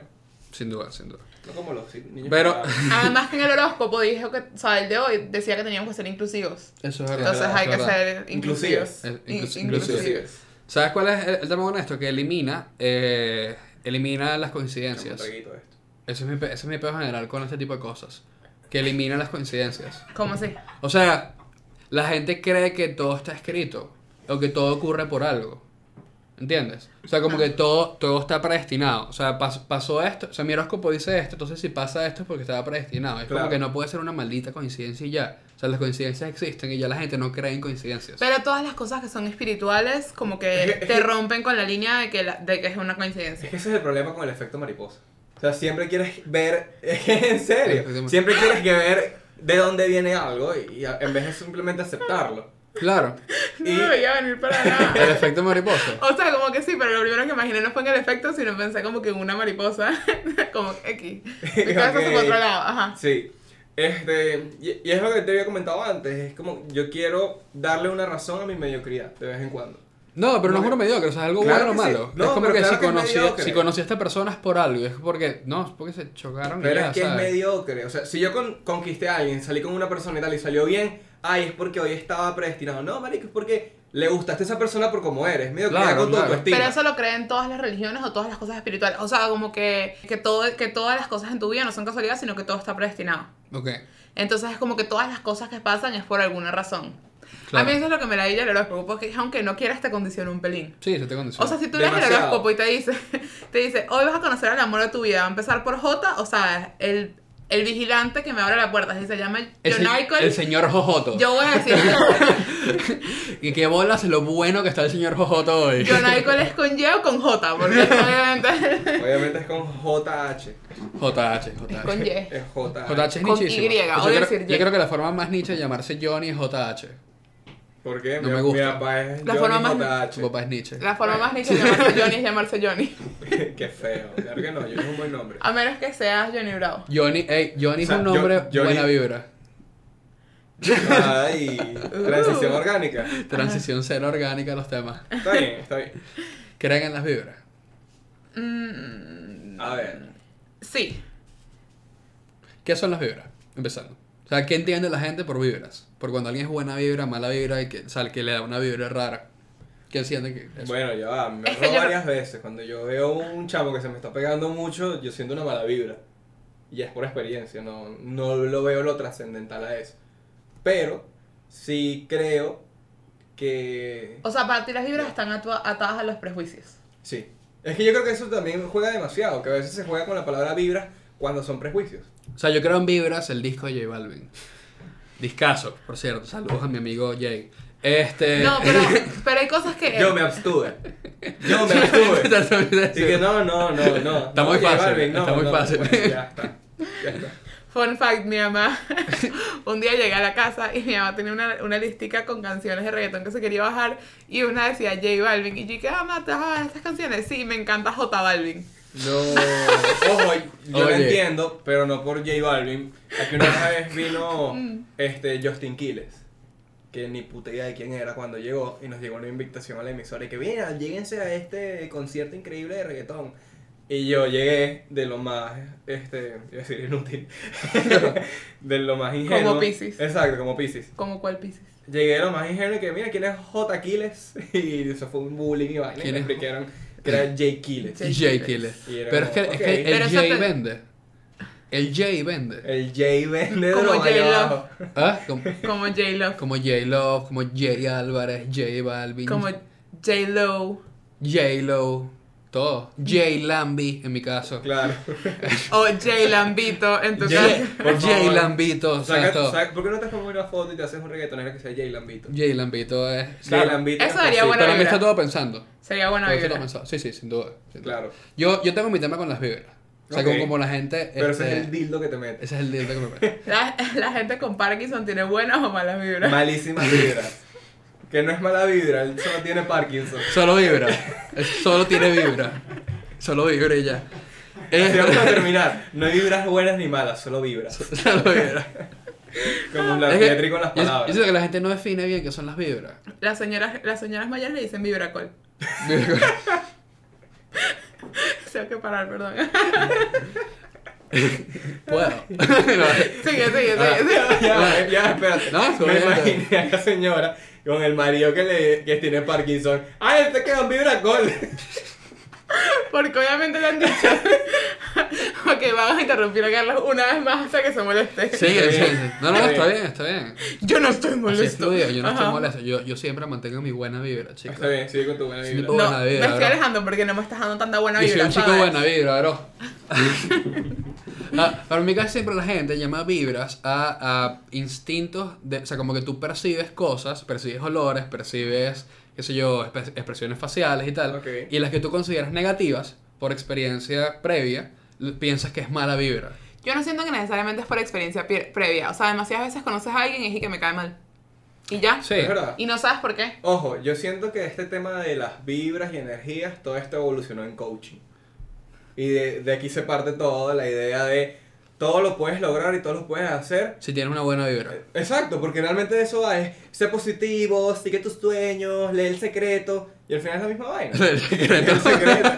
Speaker 2: Sin duda, sin duda.
Speaker 4: No como los niños.
Speaker 2: Pero-
Speaker 4: que-
Speaker 3: Además que en el horóscopo dijo que, o sea, el de hoy decía que teníamos que ser inclusivos.
Speaker 2: Eso es
Speaker 3: Entonces hay que ser inclusivos.
Speaker 4: Inclusivas.
Speaker 2: Eh,
Speaker 3: In-
Speaker 2: inclus-
Speaker 3: inclusivos.
Speaker 2: inclusivas. ¿Sabes cuál es el, el tema con esto? Que elimina, eh, elimina las
Speaker 4: Chamo,
Speaker 2: coincidencias.
Speaker 4: traguito esto.
Speaker 2: Ese es mi, pe- ese es mi peor general con este tipo de cosas. Que elimina las coincidencias.
Speaker 3: ¿Cómo así?
Speaker 2: O sea, la gente cree que todo está escrito o que todo ocurre por algo. ¿Entiendes? O sea, como que todo, todo está predestinado. O sea, pas- pasó esto. O sea, mi horóscopo dice esto. Entonces, si pasa esto es porque estaba predestinado. Es
Speaker 4: Claro.
Speaker 2: como que no puede ser una maldita coincidencia y ya. O sea, las coincidencias existen y ya la gente no cree en coincidencias.
Speaker 3: Pero todas las cosas que son espirituales como que te rompen con la línea de que, la- de que es una coincidencia.
Speaker 4: Es que ese es el problema con el efecto mariposa. O sea, siempre quieres ver. en serio. Siempre quieres que ver de dónde viene algo y, y a- en vez de simplemente aceptarlo.
Speaker 2: Claro,
Speaker 3: No
Speaker 4: Y-
Speaker 3: me veía venir para nada.
Speaker 2: el efecto mariposa.
Speaker 3: O sea, como que sí, pero lo primero que imaginé no fue en el efecto, sino pensé como que en una mariposa, como X. Mi cabeza se fue a otro
Speaker 4: Ok.
Speaker 3: lado, ajá.
Speaker 4: Sí. Este, y, y es lo que te había comentado antes. Es como yo quiero darle una razón a mi mediocridad de vez en cuando.
Speaker 2: No, pero no
Speaker 4: No,
Speaker 2: es uno
Speaker 4: que-
Speaker 2: mediocre, o sea, es algo
Speaker 4: Claro
Speaker 2: bueno o
Speaker 4: que sí.
Speaker 2: malo.
Speaker 4: No,
Speaker 2: es como
Speaker 4: pero
Speaker 2: que,
Speaker 4: claro
Speaker 2: si,
Speaker 4: que es
Speaker 2: conocí,
Speaker 4: mediocre.
Speaker 2: si conocí a esta persona es por algo, y es porque, no, es porque se chocaron. y
Speaker 4: Pero
Speaker 2: ya,
Speaker 4: es que es
Speaker 2: ¿sabes?
Speaker 4: mediocre. O sea, si yo con- conquisté a alguien, salí con una persona y tal y salió bien, ay, es porque hoy estaba predestinado. No, marico, es porque le gustaste a esa persona por como eres. Medio que
Speaker 2: Claro,
Speaker 4: ya con tu
Speaker 2: claro.
Speaker 4: autoestima.
Speaker 3: Pero eso lo creen todas las religiones o todas las cosas espirituales. O sea, como que, que, todo, que todas las cosas en tu vida no son casualidad, sino que todo está predestinado.
Speaker 2: Ok,
Speaker 3: Entonces es como que todas las cosas que pasan es por alguna razón.
Speaker 2: claro.
Speaker 3: A mí eso es lo que me la diga el horóscopo, porque aunque no quieras te condiciona un pelín.
Speaker 2: Sí, se te condiciona.
Speaker 3: O sea, si tú lees el
Speaker 4: Demasiado.
Speaker 3: horóscopo y te dice, te dice, hoy vas a conocer al amor de tu vida, va a empezar por J, o sea, el, el vigilante que me abre la puerta, si se llama
Speaker 2: el, se- el
Speaker 3: Jonaico,
Speaker 2: señor Jojoto.
Speaker 3: yo voy a decir,
Speaker 2: Y qué bolas lo bueno que está el señor Jojoto hoy.
Speaker 3: Jonaico es con Y o con J, porque obviamente
Speaker 4: Obviamente es con JH.
Speaker 2: JH,
Speaker 3: es con
Speaker 2: JH.
Speaker 3: Y.
Speaker 4: Es JH.
Speaker 2: JH es
Speaker 3: Con
Speaker 2: nichísimo.
Speaker 3: Y,
Speaker 2: O sea,
Speaker 3: odio
Speaker 2: yo,
Speaker 3: decir
Speaker 2: creo, yo
Speaker 3: Y.
Speaker 2: creo que la forma más nicha de llamarse Johnny es JH.
Speaker 4: ¿Por qué?
Speaker 2: No
Speaker 4: mi,
Speaker 2: me gusta.
Speaker 4: mi papá es
Speaker 3: La
Speaker 4: Johnny
Speaker 3: forma más-
Speaker 2: Su
Speaker 4: JH.
Speaker 2: papá pues, es Nietzsche.
Speaker 3: La forma más niche de llamarse Johnny es llamarse Johnny,
Speaker 4: Qué feo. Claro que no, Johnny es un buen nombre.
Speaker 3: a menos que seas Johnny Bravo.
Speaker 2: Johnny, ey, Johnny
Speaker 4: O sea,
Speaker 2: es un nombre
Speaker 4: yo- Johnny-
Speaker 2: buena vibra.
Speaker 4: Ay, transición orgánica.
Speaker 2: Transición cero orgánica a los temas.
Speaker 4: Está bien, está bien.
Speaker 2: Creen en las vibras.
Speaker 4: A ver.
Speaker 3: Sí,
Speaker 2: ¿Qué son las vibras? Empezando. O sea, ¿qué entiende la gente por vibras? Por cuando alguien es buena vibra, mala vibra, y que, o sea, el que le da una vibra rara. ¿Qué siente que eso?
Speaker 4: Bueno, ya va. Me
Speaker 3: Es que
Speaker 4: robo
Speaker 3: yo no-
Speaker 4: varias veces. Cuando yo veo un chamo que se me está pegando mucho, yo siento una mala vibra. Y es por experiencia, no, no lo veo lo trascendental a eso. Pero sí creo que...
Speaker 3: o sea, para ti las vibras están atua- atadas a los prejuicios.
Speaker 4: Sí. Es que yo creo que eso también juega demasiado, que a veces se juega con la palabra vibra cuando son prejuicios.
Speaker 2: O sea, yo creo en vibras el disco de J Balvin. Discaso, por cierto. Saludos a mi amigo Jay. Este.
Speaker 3: No, pero, pero hay cosas que...
Speaker 4: Yo me abstuve. Yo me abstuve. Así que no, no, no, no.
Speaker 2: Está
Speaker 4: No,
Speaker 2: muy
Speaker 4: J
Speaker 2: fácil,
Speaker 4: Balvin, no,
Speaker 2: está muy
Speaker 4: no,
Speaker 2: fácil.
Speaker 4: bueno, ya está. Ya está.
Speaker 3: Fun fact, mi mamá. un día llegué a la casa y mi mamá tenía una, una listica con canciones de reggaetón que se quería bajar y una decía J Balvin. Y yo dije, ah, mata, ah, estas canciones. Sí, me encanta J Balvin.
Speaker 4: No. Ojo, yo lo
Speaker 2: Oye.
Speaker 4: entiendo, pero no por J Balvin. Aquí una vez vino este, Justin Quiles, que ni puta idea de quién era cuando llegó y nos llegó una invitación a la emisora y que, mira, lléguense a este concierto increíble de reggaetón. Y yo llegué de lo más, este, iba a decir inútil, de lo más ingenuo.
Speaker 3: Piscis.
Speaker 4: Exacto, como Pisces.
Speaker 3: ¿Cómo cuál Pisces?
Speaker 4: llegué a lo más ingenuo y que, mira, ¿quién es J. Aquiles? Y eso fue un bullying y vaina. Y
Speaker 2: ¿Quién
Speaker 4: me
Speaker 2: es?
Speaker 4: explicaron que era J. Aquiles.
Speaker 3: J.
Speaker 2: J Killer.
Speaker 4: Y era
Speaker 2: Pero es que,
Speaker 4: como,
Speaker 2: es
Speaker 4: ok.
Speaker 2: que
Speaker 3: Pero
Speaker 2: el
Speaker 3: eso
Speaker 2: J
Speaker 3: te-
Speaker 2: vende. El J vende.
Speaker 4: El J. vende
Speaker 3: Como
Speaker 4: droga allá
Speaker 3: J. Lo.
Speaker 4: abajo.
Speaker 2: ¿Ah? Como,
Speaker 3: Como J-Lo.
Speaker 2: como J Love, como J Álvarez, J Balvin,
Speaker 3: Como J-Lo.
Speaker 2: J Lo, todo. J Lambi en mi caso.
Speaker 4: Claro.
Speaker 3: O J-Lambito en tu
Speaker 4: J-
Speaker 3: caso.
Speaker 4: por
Speaker 2: J
Speaker 4: favor.
Speaker 2: Lambito, o sea,
Speaker 4: Saca-
Speaker 2: todo.
Speaker 4: saca- ¿Por qué no te tomas una foto y te haces un reggaetonero que sea J. Lambito?
Speaker 2: J Lambito es.
Speaker 4: J.
Speaker 2: Claro,
Speaker 4: Lambito.
Speaker 3: Eso
Speaker 4: es
Speaker 3: daría
Speaker 4: así.
Speaker 3: buena
Speaker 2: Pero me
Speaker 3: vibra.
Speaker 2: está todo pensando.
Speaker 3: Sería buena
Speaker 2: Pero está todo
Speaker 3: vibra.
Speaker 2: pensado. Sí, sí, sin duda. sin duda.
Speaker 4: Claro.
Speaker 2: Yo, yo tengo mi tema con las vibras. O sea,
Speaker 4: Ok.
Speaker 2: como, como la gente.
Speaker 4: Pero
Speaker 2: este,
Speaker 4: ese es el dildo que te metes.
Speaker 2: ese es el deal que me parece.
Speaker 3: La, la gente con Parkinson tiene buenas o malas vibras.
Speaker 4: Malísimas vibras. que no es mala vibra, él solo tiene Parkinson.
Speaker 2: Solo vibra. Es- Solo tiene vibra. Solo vibra y ya.
Speaker 4: Así
Speaker 2: Este-
Speaker 4: vamos a terminar. No hay vibras buenas ni malas, solo vibras.
Speaker 2: Solo vibra.
Speaker 4: Como la
Speaker 2: Es que-
Speaker 4: Petri con las
Speaker 2: yo- Yo
Speaker 4: palabras.
Speaker 2: siento que la gente no define bien qué son las vibras.
Speaker 3: Las señoras, las señoras mayores le dicen vibracol.
Speaker 2: Vibra-
Speaker 3: Tengo que parar, perdón.
Speaker 2: Puedo. No,
Speaker 3: sigue, sigue,
Speaker 2: Ah.
Speaker 3: sigue. sigue.
Speaker 4: Ya, ya, espérate.
Speaker 2: No, está
Speaker 4: Me
Speaker 2: bien, está
Speaker 4: imaginé a la señora con el marido que, le, que tiene Parkinson. ¡Ah, él te quedó en vibra gol!
Speaker 3: Porque obviamente le han dicho. ok, vamos a interrumpir a Carlos una vez más hasta que se moleste.
Speaker 2: Sí,
Speaker 4: Está
Speaker 2: sí,
Speaker 4: bien.
Speaker 2: sí. No, no,
Speaker 4: Está
Speaker 2: está
Speaker 4: bien.
Speaker 2: bien, está bien.
Speaker 3: Yo no estoy
Speaker 2: Así es
Speaker 3: molesto.
Speaker 2: fluido, yo no estoy
Speaker 3: Ajá.
Speaker 2: molesto. Yo, yo siempre mantengo mi buena vibra, chicos.
Speaker 4: Está bien, sigue con tu buena
Speaker 2: Sí,
Speaker 4: vibra.
Speaker 2: no.
Speaker 3: No,
Speaker 2: Buena
Speaker 3: me
Speaker 2: vibra,
Speaker 3: estoy
Speaker 2: bro.
Speaker 3: alejando porque no me estás dando tanta buena
Speaker 2: Yo
Speaker 3: vibra.
Speaker 2: soy un chico
Speaker 3: ¿sabes?
Speaker 2: buena vibra, bro. Ah, pero en mi caso siempre la gente llama vibras a, a instintos, de, o sea, como que tú percibes cosas, percibes olores, percibes, qué sé yo, espe- expresiones faciales y tal,
Speaker 4: Ok.
Speaker 2: y las que tú consideras negativas por experiencia previa, l- piensas que es mala vibra.
Speaker 3: Yo no siento que necesariamente es por experiencia pie- previa. O sea, demasiadas veces conoces a alguien y es que me cae mal. Y ya.
Speaker 2: Sí.
Speaker 4: Es verdad.
Speaker 3: Y no sabes por qué.
Speaker 4: Ojo, yo siento que este tema de las vibras y energías, todo esto evolucionó en coaching. Y de, de aquí se parte todo, la idea de todo lo puedes lograr y todo lo puedes hacer.
Speaker 2: Si tienes una buena vibra.
Speaker 4: Exacto, porque realmente de eso va, es ser positivo, sigue tus sueños, lee el secreto, y al final es la misma vaina.
Speaker 2: El secreto.
Speaker 4: El secreto.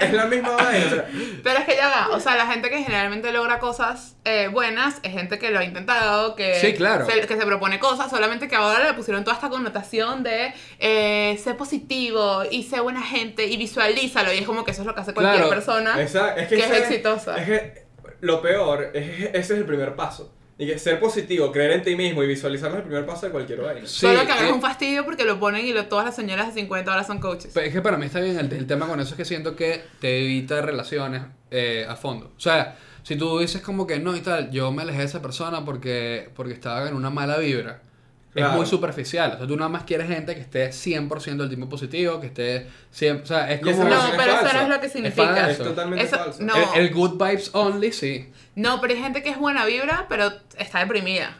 Speaker 4: es la misma vaina. o sea,
Speaker 3: Pero es que ya va. O sea, la gente que generalmente logra cosas eh, buenas es gente que lo ha intentado, que,
Speaker 2: Sí, claro.
Speaker 3: se, que se propone cosas. Solamente que ahora le pusieron toda esta connotación de eh, sé positivo y sé buena gente y visualízalo. Y es como que eso es lo que hace cualquier
Speaker 2: Claro.
Speaker 3: persona.
Speaker 4: Esa- es que,
Speaker 3: Ah, que es
Speaker 4: ese-
Speaker 3: exitosa.
Speaker 4: Es que lo peor, es, ese es el primer paso. Y que ser positivo, creer en ti mismo y visualizarlo es el primer paso de cualquier vaina.
Speaker 2: Sí,
Speaker 3: Solo que ahora
Speaker 2: eh,
Speaker 3: es un fastidio porque lo ponen y lo- todas las señoras de 50 ahora son coaches.
Speaker 2: Pero Es que para mí está bien el, el tema con eso es que siento que te evita relaciones eh, a fondo. O sea, si tú dices como que no y tal, yo me alejé de esa persona porque, porque estaba en una mala vibra.
Speaker 4: Claro.
Speaker 2: Es muy superficial. O sea, tú nada más quieres gente que esté 100% del tiempo positivo, que esté 100%... O sea, es
Speaker 4: Y esa
Speaker 2: como...
Speaker 3: no,
Speaker 4: relación es
Speaker 3: pero eso
Speaker 4: falsa.
Speaker 3: no es lo que significa.
Speaker 4: Es
Speaker 2: Eso.
Speaker 4: totalmente
Speaker 3: Eso-
Speaker 4: falso.
Speaker 3: no.
Speaker 2: El, el good vibes only, sí.
Speaker 3: No, pero hay gente que es buena vibra, pero está deprimida.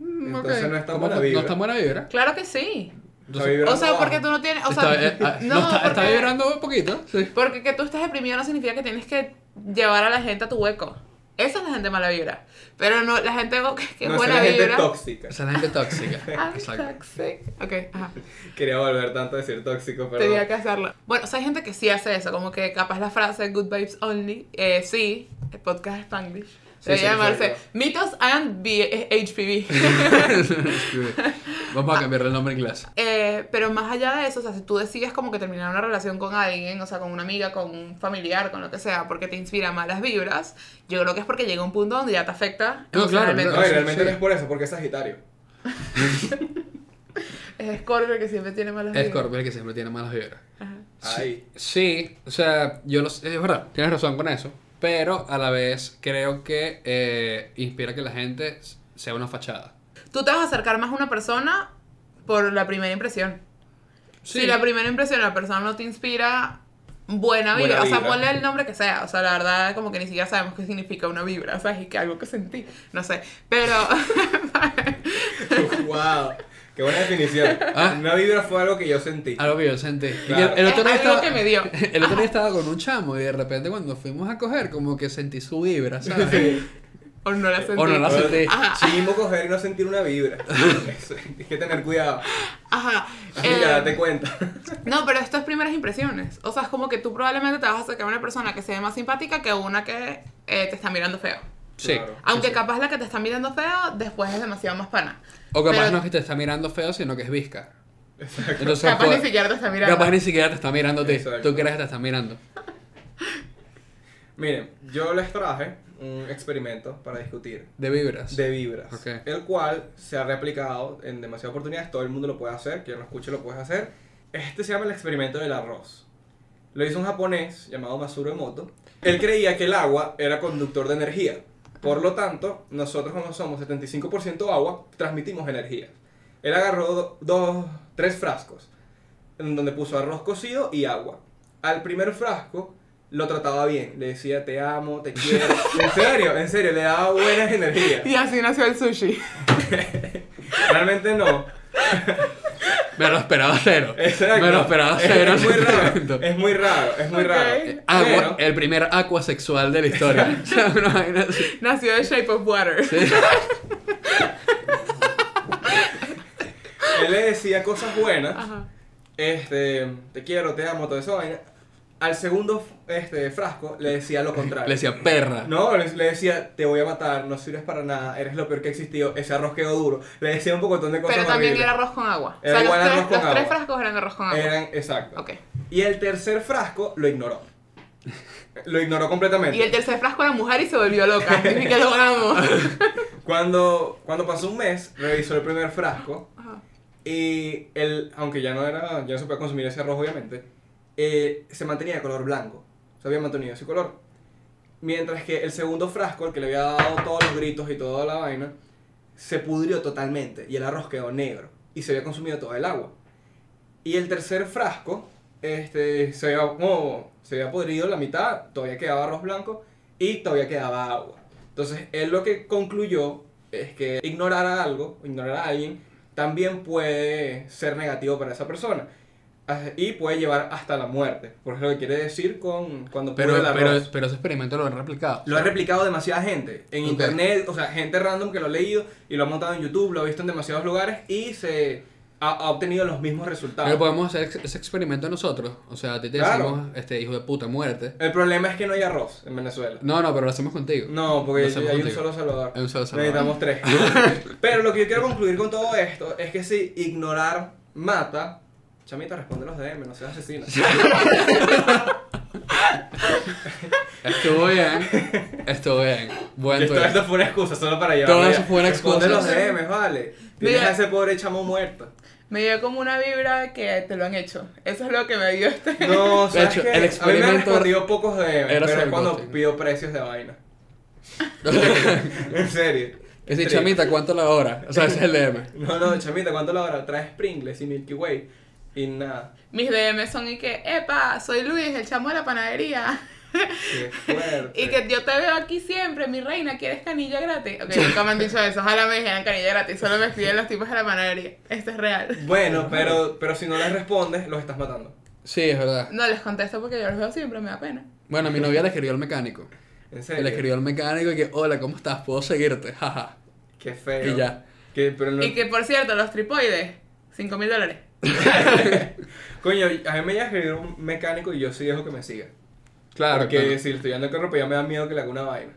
Speaker 4: Entonces no está
Speaker 2: ¿Cómo
Speaker 4: buena
Speaker 2: que
Speaker 4: vibra.
Speaker 2: No está buena vibra.
Speaker 3: Claro que sí.
Speaker 2: Entonces-
Speaker 4: vibra-
Speaker 3: O
Speaker 4: Vibrando
Speaker 3: sea, porque
Speaker 4: bajo.
Speaker 3: tú no tienes. O
Speaker 2: está,
Speaker 3: sea,
Speaker 2: eh, ah,
Speaker 3: no,
Speaker 2: no está, está
Speaker 3: porque-
Speaker 2: vibrando un poquito, sí.
Speaker 3: Porque que tú estés deprimido no significa que tienes que llevar a la gente a tu hueco. Esa es la gente mala vibra. Pero no, la gente oh, que, que es
Speaker 4: no es
Speaker 3: buena
Speaker 4: gente
Speaker 3: vibra.
Speaker 4: tóxica.
Speaker 2: O sea, la gente tóxica.
Speaker 3: I'm
Speaker 2: Exacto.
Speaker 3: toxic. Ok, ajá.
Speaker 4: Quería volver tanto a decir tóxico, pero.
Speaker 3: Tenía que hacerlo. Bueno, o sea, hay gente que sí hace eso, como que capaz la frase Good Vibes Only, eh, sí, el podcast Spanglish,
Speaker 4: Sí,
Speaker 3: debe
Speaker 4: sí,
Speaker 3: llamarse
Speaker 4: exacto.
Speaker 3: Mitos and B- eh, HPV.
Speaker 2: Vamos a cambiarle el nombre en inglés.
Speaker 3: Eh, pero más allá de eso, o sea, si tú decides como que terminar una relación con alguien, o sea, con una amiga, con un familiar, con lo que sea, porque te inspira malas vibras, yo creo que es porque llega un punto donde ya te afecta
Speaker 2: No, claro,
Speaker 3: emocionalmente.
Speaker 4: No, y realmente
Speaker 2: Sí.
Speaker 4: no es por eso, porque es Sagitario.
Speaker 3: Es Scorpio el que siempre tiene malas
Speaker 2: Es
Speaker 3: vibras.
Speaker 2: Scorpio el que siempre tiene malas vibras.
Speaker 3: Ajá.
Speaker 4: Ahí.
Speaker 2: Sí, o sea, yo lo sé, es verdad, tienes razón con eso, pero a la vez creo que eh, inspira que la gente sea una fachada.
Speaker 3: Tú te vas a acercar más a una persona por la primera impresión.
Speaker 2: Sí,
Speaker 3: Si la primera impresión la persona no te inspira buena vibra,
Speaker 4: Buena
Speaker 3: o sea,
Speaker 4: vibra.
Speaker 3: ponle el nombre que sea, o sea, la verdad como que ni siquiera sabemos qué significa una vibra, o sea, es que algo que sentí, no sé, pero
Speaker 4: ¡Wow! ¡Qué buena definición!
Speaker 2: Ah.
Speaker 4: Una vibra fue algo que yo sentí.
Speaker 2: algo que yo sentí. Y
Speaker 4: Claro.
Speaker 2: El, el otro
Speaker 3: es
Speaker 2: día
Speaker 3: algo
Speaker 2: estaba,
Speaker 3: que me dio.
Speaker 2: el otro día estaba con un chamo y de repente cuando fuimos a coger como que sentí su vibra, ¿sabes?
Speaker 3: O no la sentí.
Speaker 2: Eh, O no la sentí.
Speaker 3: Ajá.
Speaker 4: Chimo coger y no sentir una vibra. Eso, Hay que tener cuidado.
Speaker 3: Ajá.
Speaker 4: Amiga,
Speaker 3: Eh,
Speaker 4: date cuenta.
Speaker 3: no, pero esto es primeras impresiones. O sea, es como que tú probablemente te vas a acercar a una persona que se ve más simpática que una que eh, te está mirando feo.
Speaker 2: Sí.
Speaker 4: Claro.
Speaker 3: Aunque capaz la que te está mirando feo, después es demasiado más pana.
Speaker 2: O capaz
Speaker 3: Pero
Speaker 2: no es que te está mirando feo, sino que es visca. Entonces,
Speaker 3: Capaz
Speaker 2: pues,
Speaker 3: ni siquiera te está mirando.
Speaker 2: capaz ni siquiera te está mirando a ti.
Speaker 4: Exacto.
Speaker 2: Tú crees que te está mirando.
Speaker 4: Miren, yo les traje un experimento para discutir
Speaker 2: De vibras.
Speaker 4: de vibras,
Speaker 2: Ok.
Speaker 4: el cual se ha replicado en demasiadas oportunidades, todo el mundo lo puede hacer, quien lo escuche lo puede hacer. Este se llama el experimento del arroz. Lo hizo un japonés llamado Masuro Emoto. Él creía que el agua era conductor de energía. Por lo tanto, nosotros como somos 75% agua, transmitimos energía. Él agarró do- dos, tres frascos, en donde puso arroz cocido y agua. Al primer frasco lo trataba bien, le decía te amo, te quiero. en serio, en serio, le daba buenas energías.
Speaker 3: Y así nació el sushi.
Speaker 4: Realmente no.
Speaker 2: Me lo esperaba cero.
Speaker 4: Exacto.
Speaker 2: Me lo esperaba cero.
Speaker 4: Es, es muy
Speaker 2: en ese
Speaker 4: raro.
Speaker 2: momento. Ah,
Speaker 4: Es muy raro, es muy
Speaker 3: Ok.
Speaker 4: raro.
Speaker 2: Agua,
Speaker 4: Pero,
Speaker 2: el primer aqua sexual de la historia. O sea, una vaina así.
Speaker 3: Nació de Shape of Water.
Speaker 4: él le decía cosas buenas.
Speaker 3: Ajá.
Speaker 4: Este, te quiero, te amo, toda esa vaina. Al segundo este, frasco le decía lo contrario.
Speaker 2: Le decía perra.
Speaker 4: No, le, le decía, te voy a matar, no sirves para nada, eres lo peor que ha existido, ese arroz quedó duro. Le decía un poco de cosas
Speaker 3: Pero también
Speaker 4: horribles.
Speaker 3: era arroz con agua.
Speaker 4: Era
Speaker 3: o sea,
Speaker 4: igual
Speaker 3: los,
Speaker 4: arroz
Speaker 3: tres,
Speaker 4: con
Speaker 3: los tres
Speaker 4: agua.
Speaker 3: frascos eran arroz con agua.
Speaker 4: Eran, exacto.
Speaker 3: Ok.
Speaker 4: Y el tercer frasco lo ignoró. Lo ignoró completamente.
Speaker 3: Y el tercer frasco era mujer y se volvió loca. Dije que lo amo.
Speaker 4: Cuando, cuando pasó un mes, revisó el primer frasco
Speaker 3: Ajá.
Speaker 4: y él, aunque ya no era, ya no se podía consumir ese arroz obviamente, eh, se mantenía de color blanco. Se había mantenido ese color. Mientras que el segundo frasco, el que le había dado todos los gritos y toda la vaina, se pudrió totalmente y el arroz quedó negro y se había consumido todo el agua. Y el tercer frasco, este, se había, como- se había podrido la mitad, todavía quedaba arroz blanco y todavía quedaba agua. Entonces, él lo que concluyó es que ignorar a algo, ignorar a alguien, también puede ser negativo para esa persona. Ah, Y puede llevar hasta la muerte. Por eso lo que quiere decir con cuando
Speaker 2: Pero,
Speaker 4: pudre el
Speaker 2: pero,
Speaker 4: arroz.
Speaker 2: pero ese experimento lo han replicado.
Speaker 4: Lo ha replicado demasiada gente en
Speaker 2: Ok.
Speaker 4: internet, o sea, gente random que lo ha leído y lo ha montado en YouTube, lo ha visto en demasiados lugares y se ha, ha obtenido los mismos resultados.
Speaker 2: Pero podemos hacer ex- ese experimento nosotros. O sea, a ti te
Speaker 4: Claro.
Speaker 2: decimos, este hijo de puta, muerte.
Speaker 4: El problema es que no hay arroz en Venezuela.
Speaker 2: No, no, pero lo hacemos contigo.
Speaker 4: No,
Speaker 2: Lo
Speaker 4: porque
Speaker 2: hacemos
Speaker 4: hay un
Speaker 2: contigo.
Speaker 4: solo Salvador.
Speaker 2: Hay un solo Salvador.
Speaker 4: Necesitamos tres. Pero lo que yo quiero concluir con todo esto es que si ignorar mata, chamita responde los DM, no seas asesina.
Speaker 2: Estuvo bien. Estuvo bien. Buen
Speaker 4: Esto,
Speaker 2: tuit.
Speaker 4: esto fue una excusa solo para llevar.
Speaker 2: pues. Todo eso fue una
Speaker 4: Responde los
Speaker 2: excusa.
Speaker 4: DM, vale. Tienes
Speaker 3: Mira.
Speaker 4: a ese pobre chamo muerto.
Speaker 3: Me dio como una vibra que te lo han hecho. Eso es lo que me dio este.
Speaker 4: No, o sea,
Speaker 2: hecho,
Speaker 4: es que
Speaker 2: el
Speaker 4: a mí me han
Speaker 2: experimento
Speaker 4: respondido pocos de
Speaker 2: era
Speaker 4: pero es
Speaker 2: sobre
Speaker 4: cuando
Speaker 2: Gotti.
Speaker 4: pido precios de vaina. en serio.
Speaker 2: Es
Speaker 4: Tri-
Speaker 2: decir, chamita, ¿cuánto la hora? O sea, ese es el DM.
Speaker 4: No, no, chamita, ¿cuánto la hora? Traes Pringles y Milky Way y nada.
Speaker 3: Mis DM son y que, epa, soy Luis, el chamo de la panadería.
Speaker 4: Qué fuerte.
Speaker 3: Y que yo te veo aquí siempre, mi reina, ¿quieres canilla gratis? Ok, nunca me han dicho eso, ojalá me dijeran canilla gratis, solo me escriben los tipos de la panadería. Esto es real.
Speaker 4: Bueno, pero, pero si no les respondes, los estás matando.
Speaker 2: Sí, es verdad.
Speaker 3: No les contesto porque yo los veo siempre, me da pena.
Speaker 2: Bueno, mi novia le escribió al mecánico.
Speaker 4: En serio.
Speaker 2: Le escribió al mecánico y que, hola, ¿cómo estás? ¿Puedo seguirte? Jaja.
Speaker 4: Qué feo.
Speaker 2: Y ya.
Speaker 4: Que, pero no-
Speaker 3: Y que, por cierto, los tripoides, 5 mil dólares.
Speaker 4: Coño, a mí me llega a escribir un mecánico y yo sí dejo que me siga.
Speaker 2: Claro.
Speaker 4: Porque
Speaker 2: claro.
Speaker 4: si le estoy dando carro, pues ya me da miedo que le haga una vaina.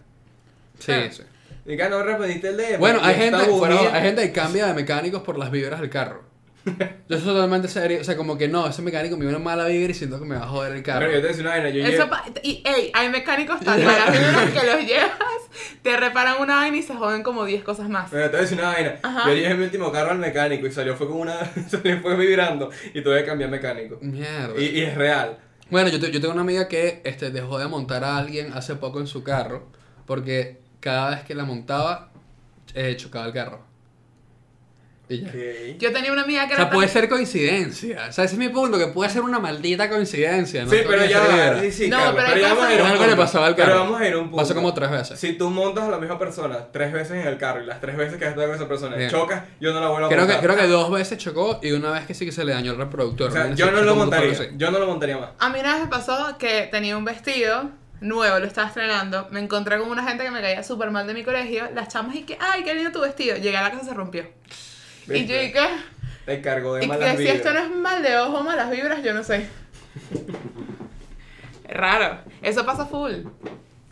Speaker 2: Sí, sí.
Speaker 4: Y que ah, no respondiste el DM.
Speaker 2: Bueno, hay
Speaker 4: y está
Speaker 2: gente, fuera-
Speaker 4: aburrido.
Speaker 2: hay gente que cambia de mecánicos por las vibras del carro. Yo soy totalmente serio. O sea, como que no, ese mecánico me dio una mala vibra y siento que me va a joder el carro.
Speaker 4: Pero yo te decía una vaina, yo llegué-
Speaker 3: Eso pa- y, ey, hay mecánicos tan malas vibras que los llevas, te reparan una vaina y se joden como 10 cosas más.
Speaker 2: Eh.
Speaker 4: Bueno, te voy a decir una vaina.
Speaker 3: Ajá.
Speaker 4: Yo llevé mi último carro al mecánico y salió fue como una. salió fue vibrando y tuve que cambiar mecánico.
Speaker 2: Mm, Mierda.
Speaker 4: Y, y es real.
Speaker 2: Bueno, yo, te- yo tengo una amiga que este, dejó de montar a alguien hace poco en su carro porque cada vez que la montaba, eh, chocaba el carro. Y ya.
Speaker 4: Ok.
Speaker 3: Yo tenía una amiga que
Speaker 2: O
Speaker 3: era
Speaker 2: sea, puede
Speaker 3: tan-
Speaker 2: ser coincidencia. O sea, ese es mi punto, que puede ser una maldita coincidencia.
Speaker 4: sí, pero ya va.
Speaker 2: va.
Speaker 4: Sí, sí,
Speaker 3: No,
Speaker 4: Carlos,
Speaker 3: pero
Speaker 4: pero,
Speaker 3: hay
Speaker 4: ya vamos
Speaker 3: cosas-
Speaker 4: a ir a un
Speaker 2: Algo le
Speaker 4: punto.
Speaker 2: pasaba al carro.
Speaker 4: Pero vamos a ir a un punto.
Speaker 2: Pasó como tres veces.
Speaker 4: Si tú montas a la misma persona tres veces en el carro y las tres veces que has estado con esa persona
Speaker 2: Bien.
Speaker 4: chocas, yo no la vuelvo a
Speaker 2: Creo que,
Speaker 4: montar.
Speaker 2: creo que dos veces chocó y una vez que sí que se le dañó el reproductor.
Speaker 4: O sea,
Speaker 2: Una
Speaker 4: yo
Speaker 2: vez
Speaker 4: no
Speaker 2: se
Speaker 4: lo
Speaker 2: chocó con un
Speaker 4: montaría.
Speaker 2: carro así.
Speaker 4: Yo no lo montaría más.
Speaker 3: A mí una vez me pasó que tenía un vestido nuevo, lo estaba estrenando, me encontré con una gente que me caía súper mal de mi colegio, las chamas y que, ay, qué lindo tu vestido. Llegué a la casa se rompió. Y yo
Speaker 4: ¿Viste?
Speaker 3: dije,
Speaker 4: Te cargo de
Speaker 3: y
Speaker 4: malas
Speaker 3: que si
Speaker 4: vibras.
Speaker 3: esto no es mal de ojo, malas vibras, yo no sé. Raro. Eso pasa full. La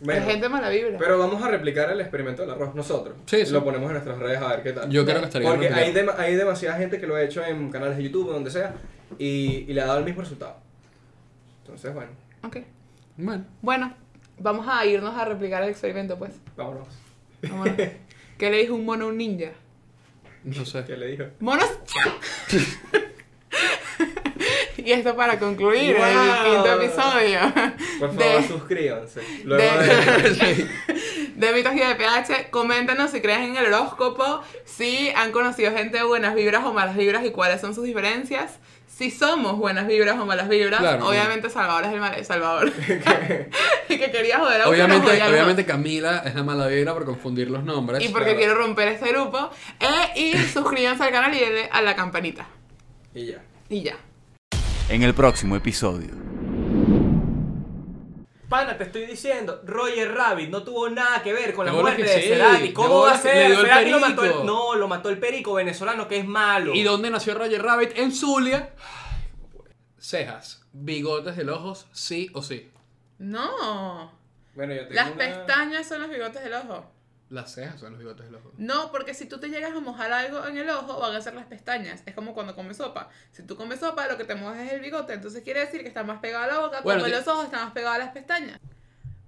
Speaker 4: Bueno,
Speaker 3: gente mala vibra.
Speaker 4: Pero vamos a replicar el experimento del arroz nosotros.
Speaker 2: Sí, sí.
Speaker 4: Lo ponemos en nuestras redes a ver qué tal.
Speaker 2: Yo creo que estaría
Speaker 4: Porque
Speaker 2: bien
Speaker 4: hay, dema- hay demasiada gente que lo ha hecho en canales de YouTube, donde sea, y, y le ha dado el mismo resultado. Entonces, bueno,
Speaker 3: Ok.
Speaker 2: Bueno.
Speaker 3: Bueno, vamos a irnos a replicar el experimento, pues.
Speaker 4: vámonos.
Speaker 3: Vámonos. ¿Qué le dijo un mono a un ninja?
Speaker 2: No
Speaker 4: ¿Qué
Speaker 2: sé.
Speaker 4: le dijo?
Speaker 3: ¡Monos! y esto para concluir el
Speaker 4: Wow.
Speaker 3: quinto episodio
Speaker 4: Por favor,
Speaker 3: de,
Speaker 4: suscríbanse. Luego de...
Speaker 3: de, de Mitos y de PH. Coméntanos si crees en el horóscopo, si han conocido gente de buenas vibras o malas vibras y cuáles son sus diferencias. Si somos buenas vibras o malas vibras,
Speaker 2: Claro,
Speaker 3: obviamente Salvador es el mal, Salvador. que quería joder a uno,
Speaker 2: Obviamente,
Speaker 3: joder al otro.
Speaker 2: obviamente Camila es la mala vibra por confundir los nombres.
Speaker 3: Y porque
Speaker 4: Claro.
Speaker 3: quiero romper este grupo. Eh, y suscríbanse al canal y denle a la campanita.
Speaker 4: Y ya.
Speaker 3: Y ya.
Speaker 5: en el próximo episodio.
Speaker 4: Pana, te estoy diciendo, Roger Rabbit no tuvo nada que ver con la
Speaker 2: De bolas
Speaker 4: muerte de
Speaker 2: que sí.
Speaker 4: Cerati.
Speaker 2: De
Speaker 4: ¿Cómo va a
Speaker 2: bolas- le
Speaker 4: ser?
Speaker 2: dio el
Speaker 4: Cerati lo mató
Speaker 2: perico.
Speaker 4: el... No, lo mató el perico venezolano, que es malo.
Speaker 2: ¿Y dónde nació Roger Rabbit? En Zulia. Cejas, bigotes de los ojos, sí o sí.
Speaker 3: No.
Speaker 4: Bueno, yo tengo
Speaker 3: Las
Speaker 4: una-
Speaker 3: pestañas son los bigotes del ojo.
Speaker 2: Las cejas son los bigotes de los ojos.
Speaker 3: No, porque si tú te llegas a mojar algo en el ojo, van a ser las pestañas. Es como cuando comes sopa. Si tú comes sopa, lo que te mojas es el bigote. Entonces quiere decir que está más pegado a la boca,
Speaker 2: Bueno,
Speaker 3: como
Speaker 2: sí.
Speaker 3: los ojos están más pegados a las pestañas.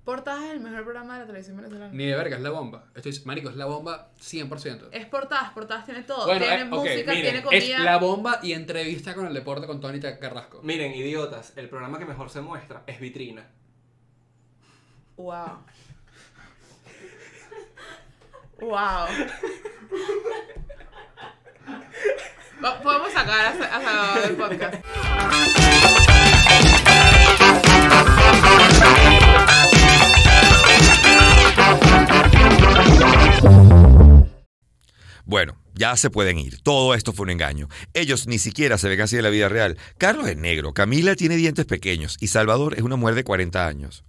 Speaker 3: Portadas es el mejor programa de la televisión venezolana.
Speaker 2: Ni de verga, es la bomba. Estoy, marico, es la bomba 100%.
Speaker 3: Es portadas, portadas tiene todo.
Speaker 2: Bueno,
Speaker 3: tiene
Speaker 2: eh, ok,
Speaker 3: música,
Speaker 4: miren,
Speaker 3: tiene
Speaker 2: Es
Speaker 3: comida.
Speaker 2: la bomba y entrevista con el deporte con Tony Carrasco.
Speaker 4: Miren, idiotas, el programa que mejor se muestra es Vitrina.
Speaker 3: Wow. Wow. Va- Podemos sacar a, Sa- a Salvador del podcast.
Speaker 1: Bueno, ya se pueden ir. Todo esto fue un engaño. Ellos ni siquiera se ven así en la vida real. Carlos es negro, Camila tiene dientes pequeños y Salvador es una mujer de 40 años.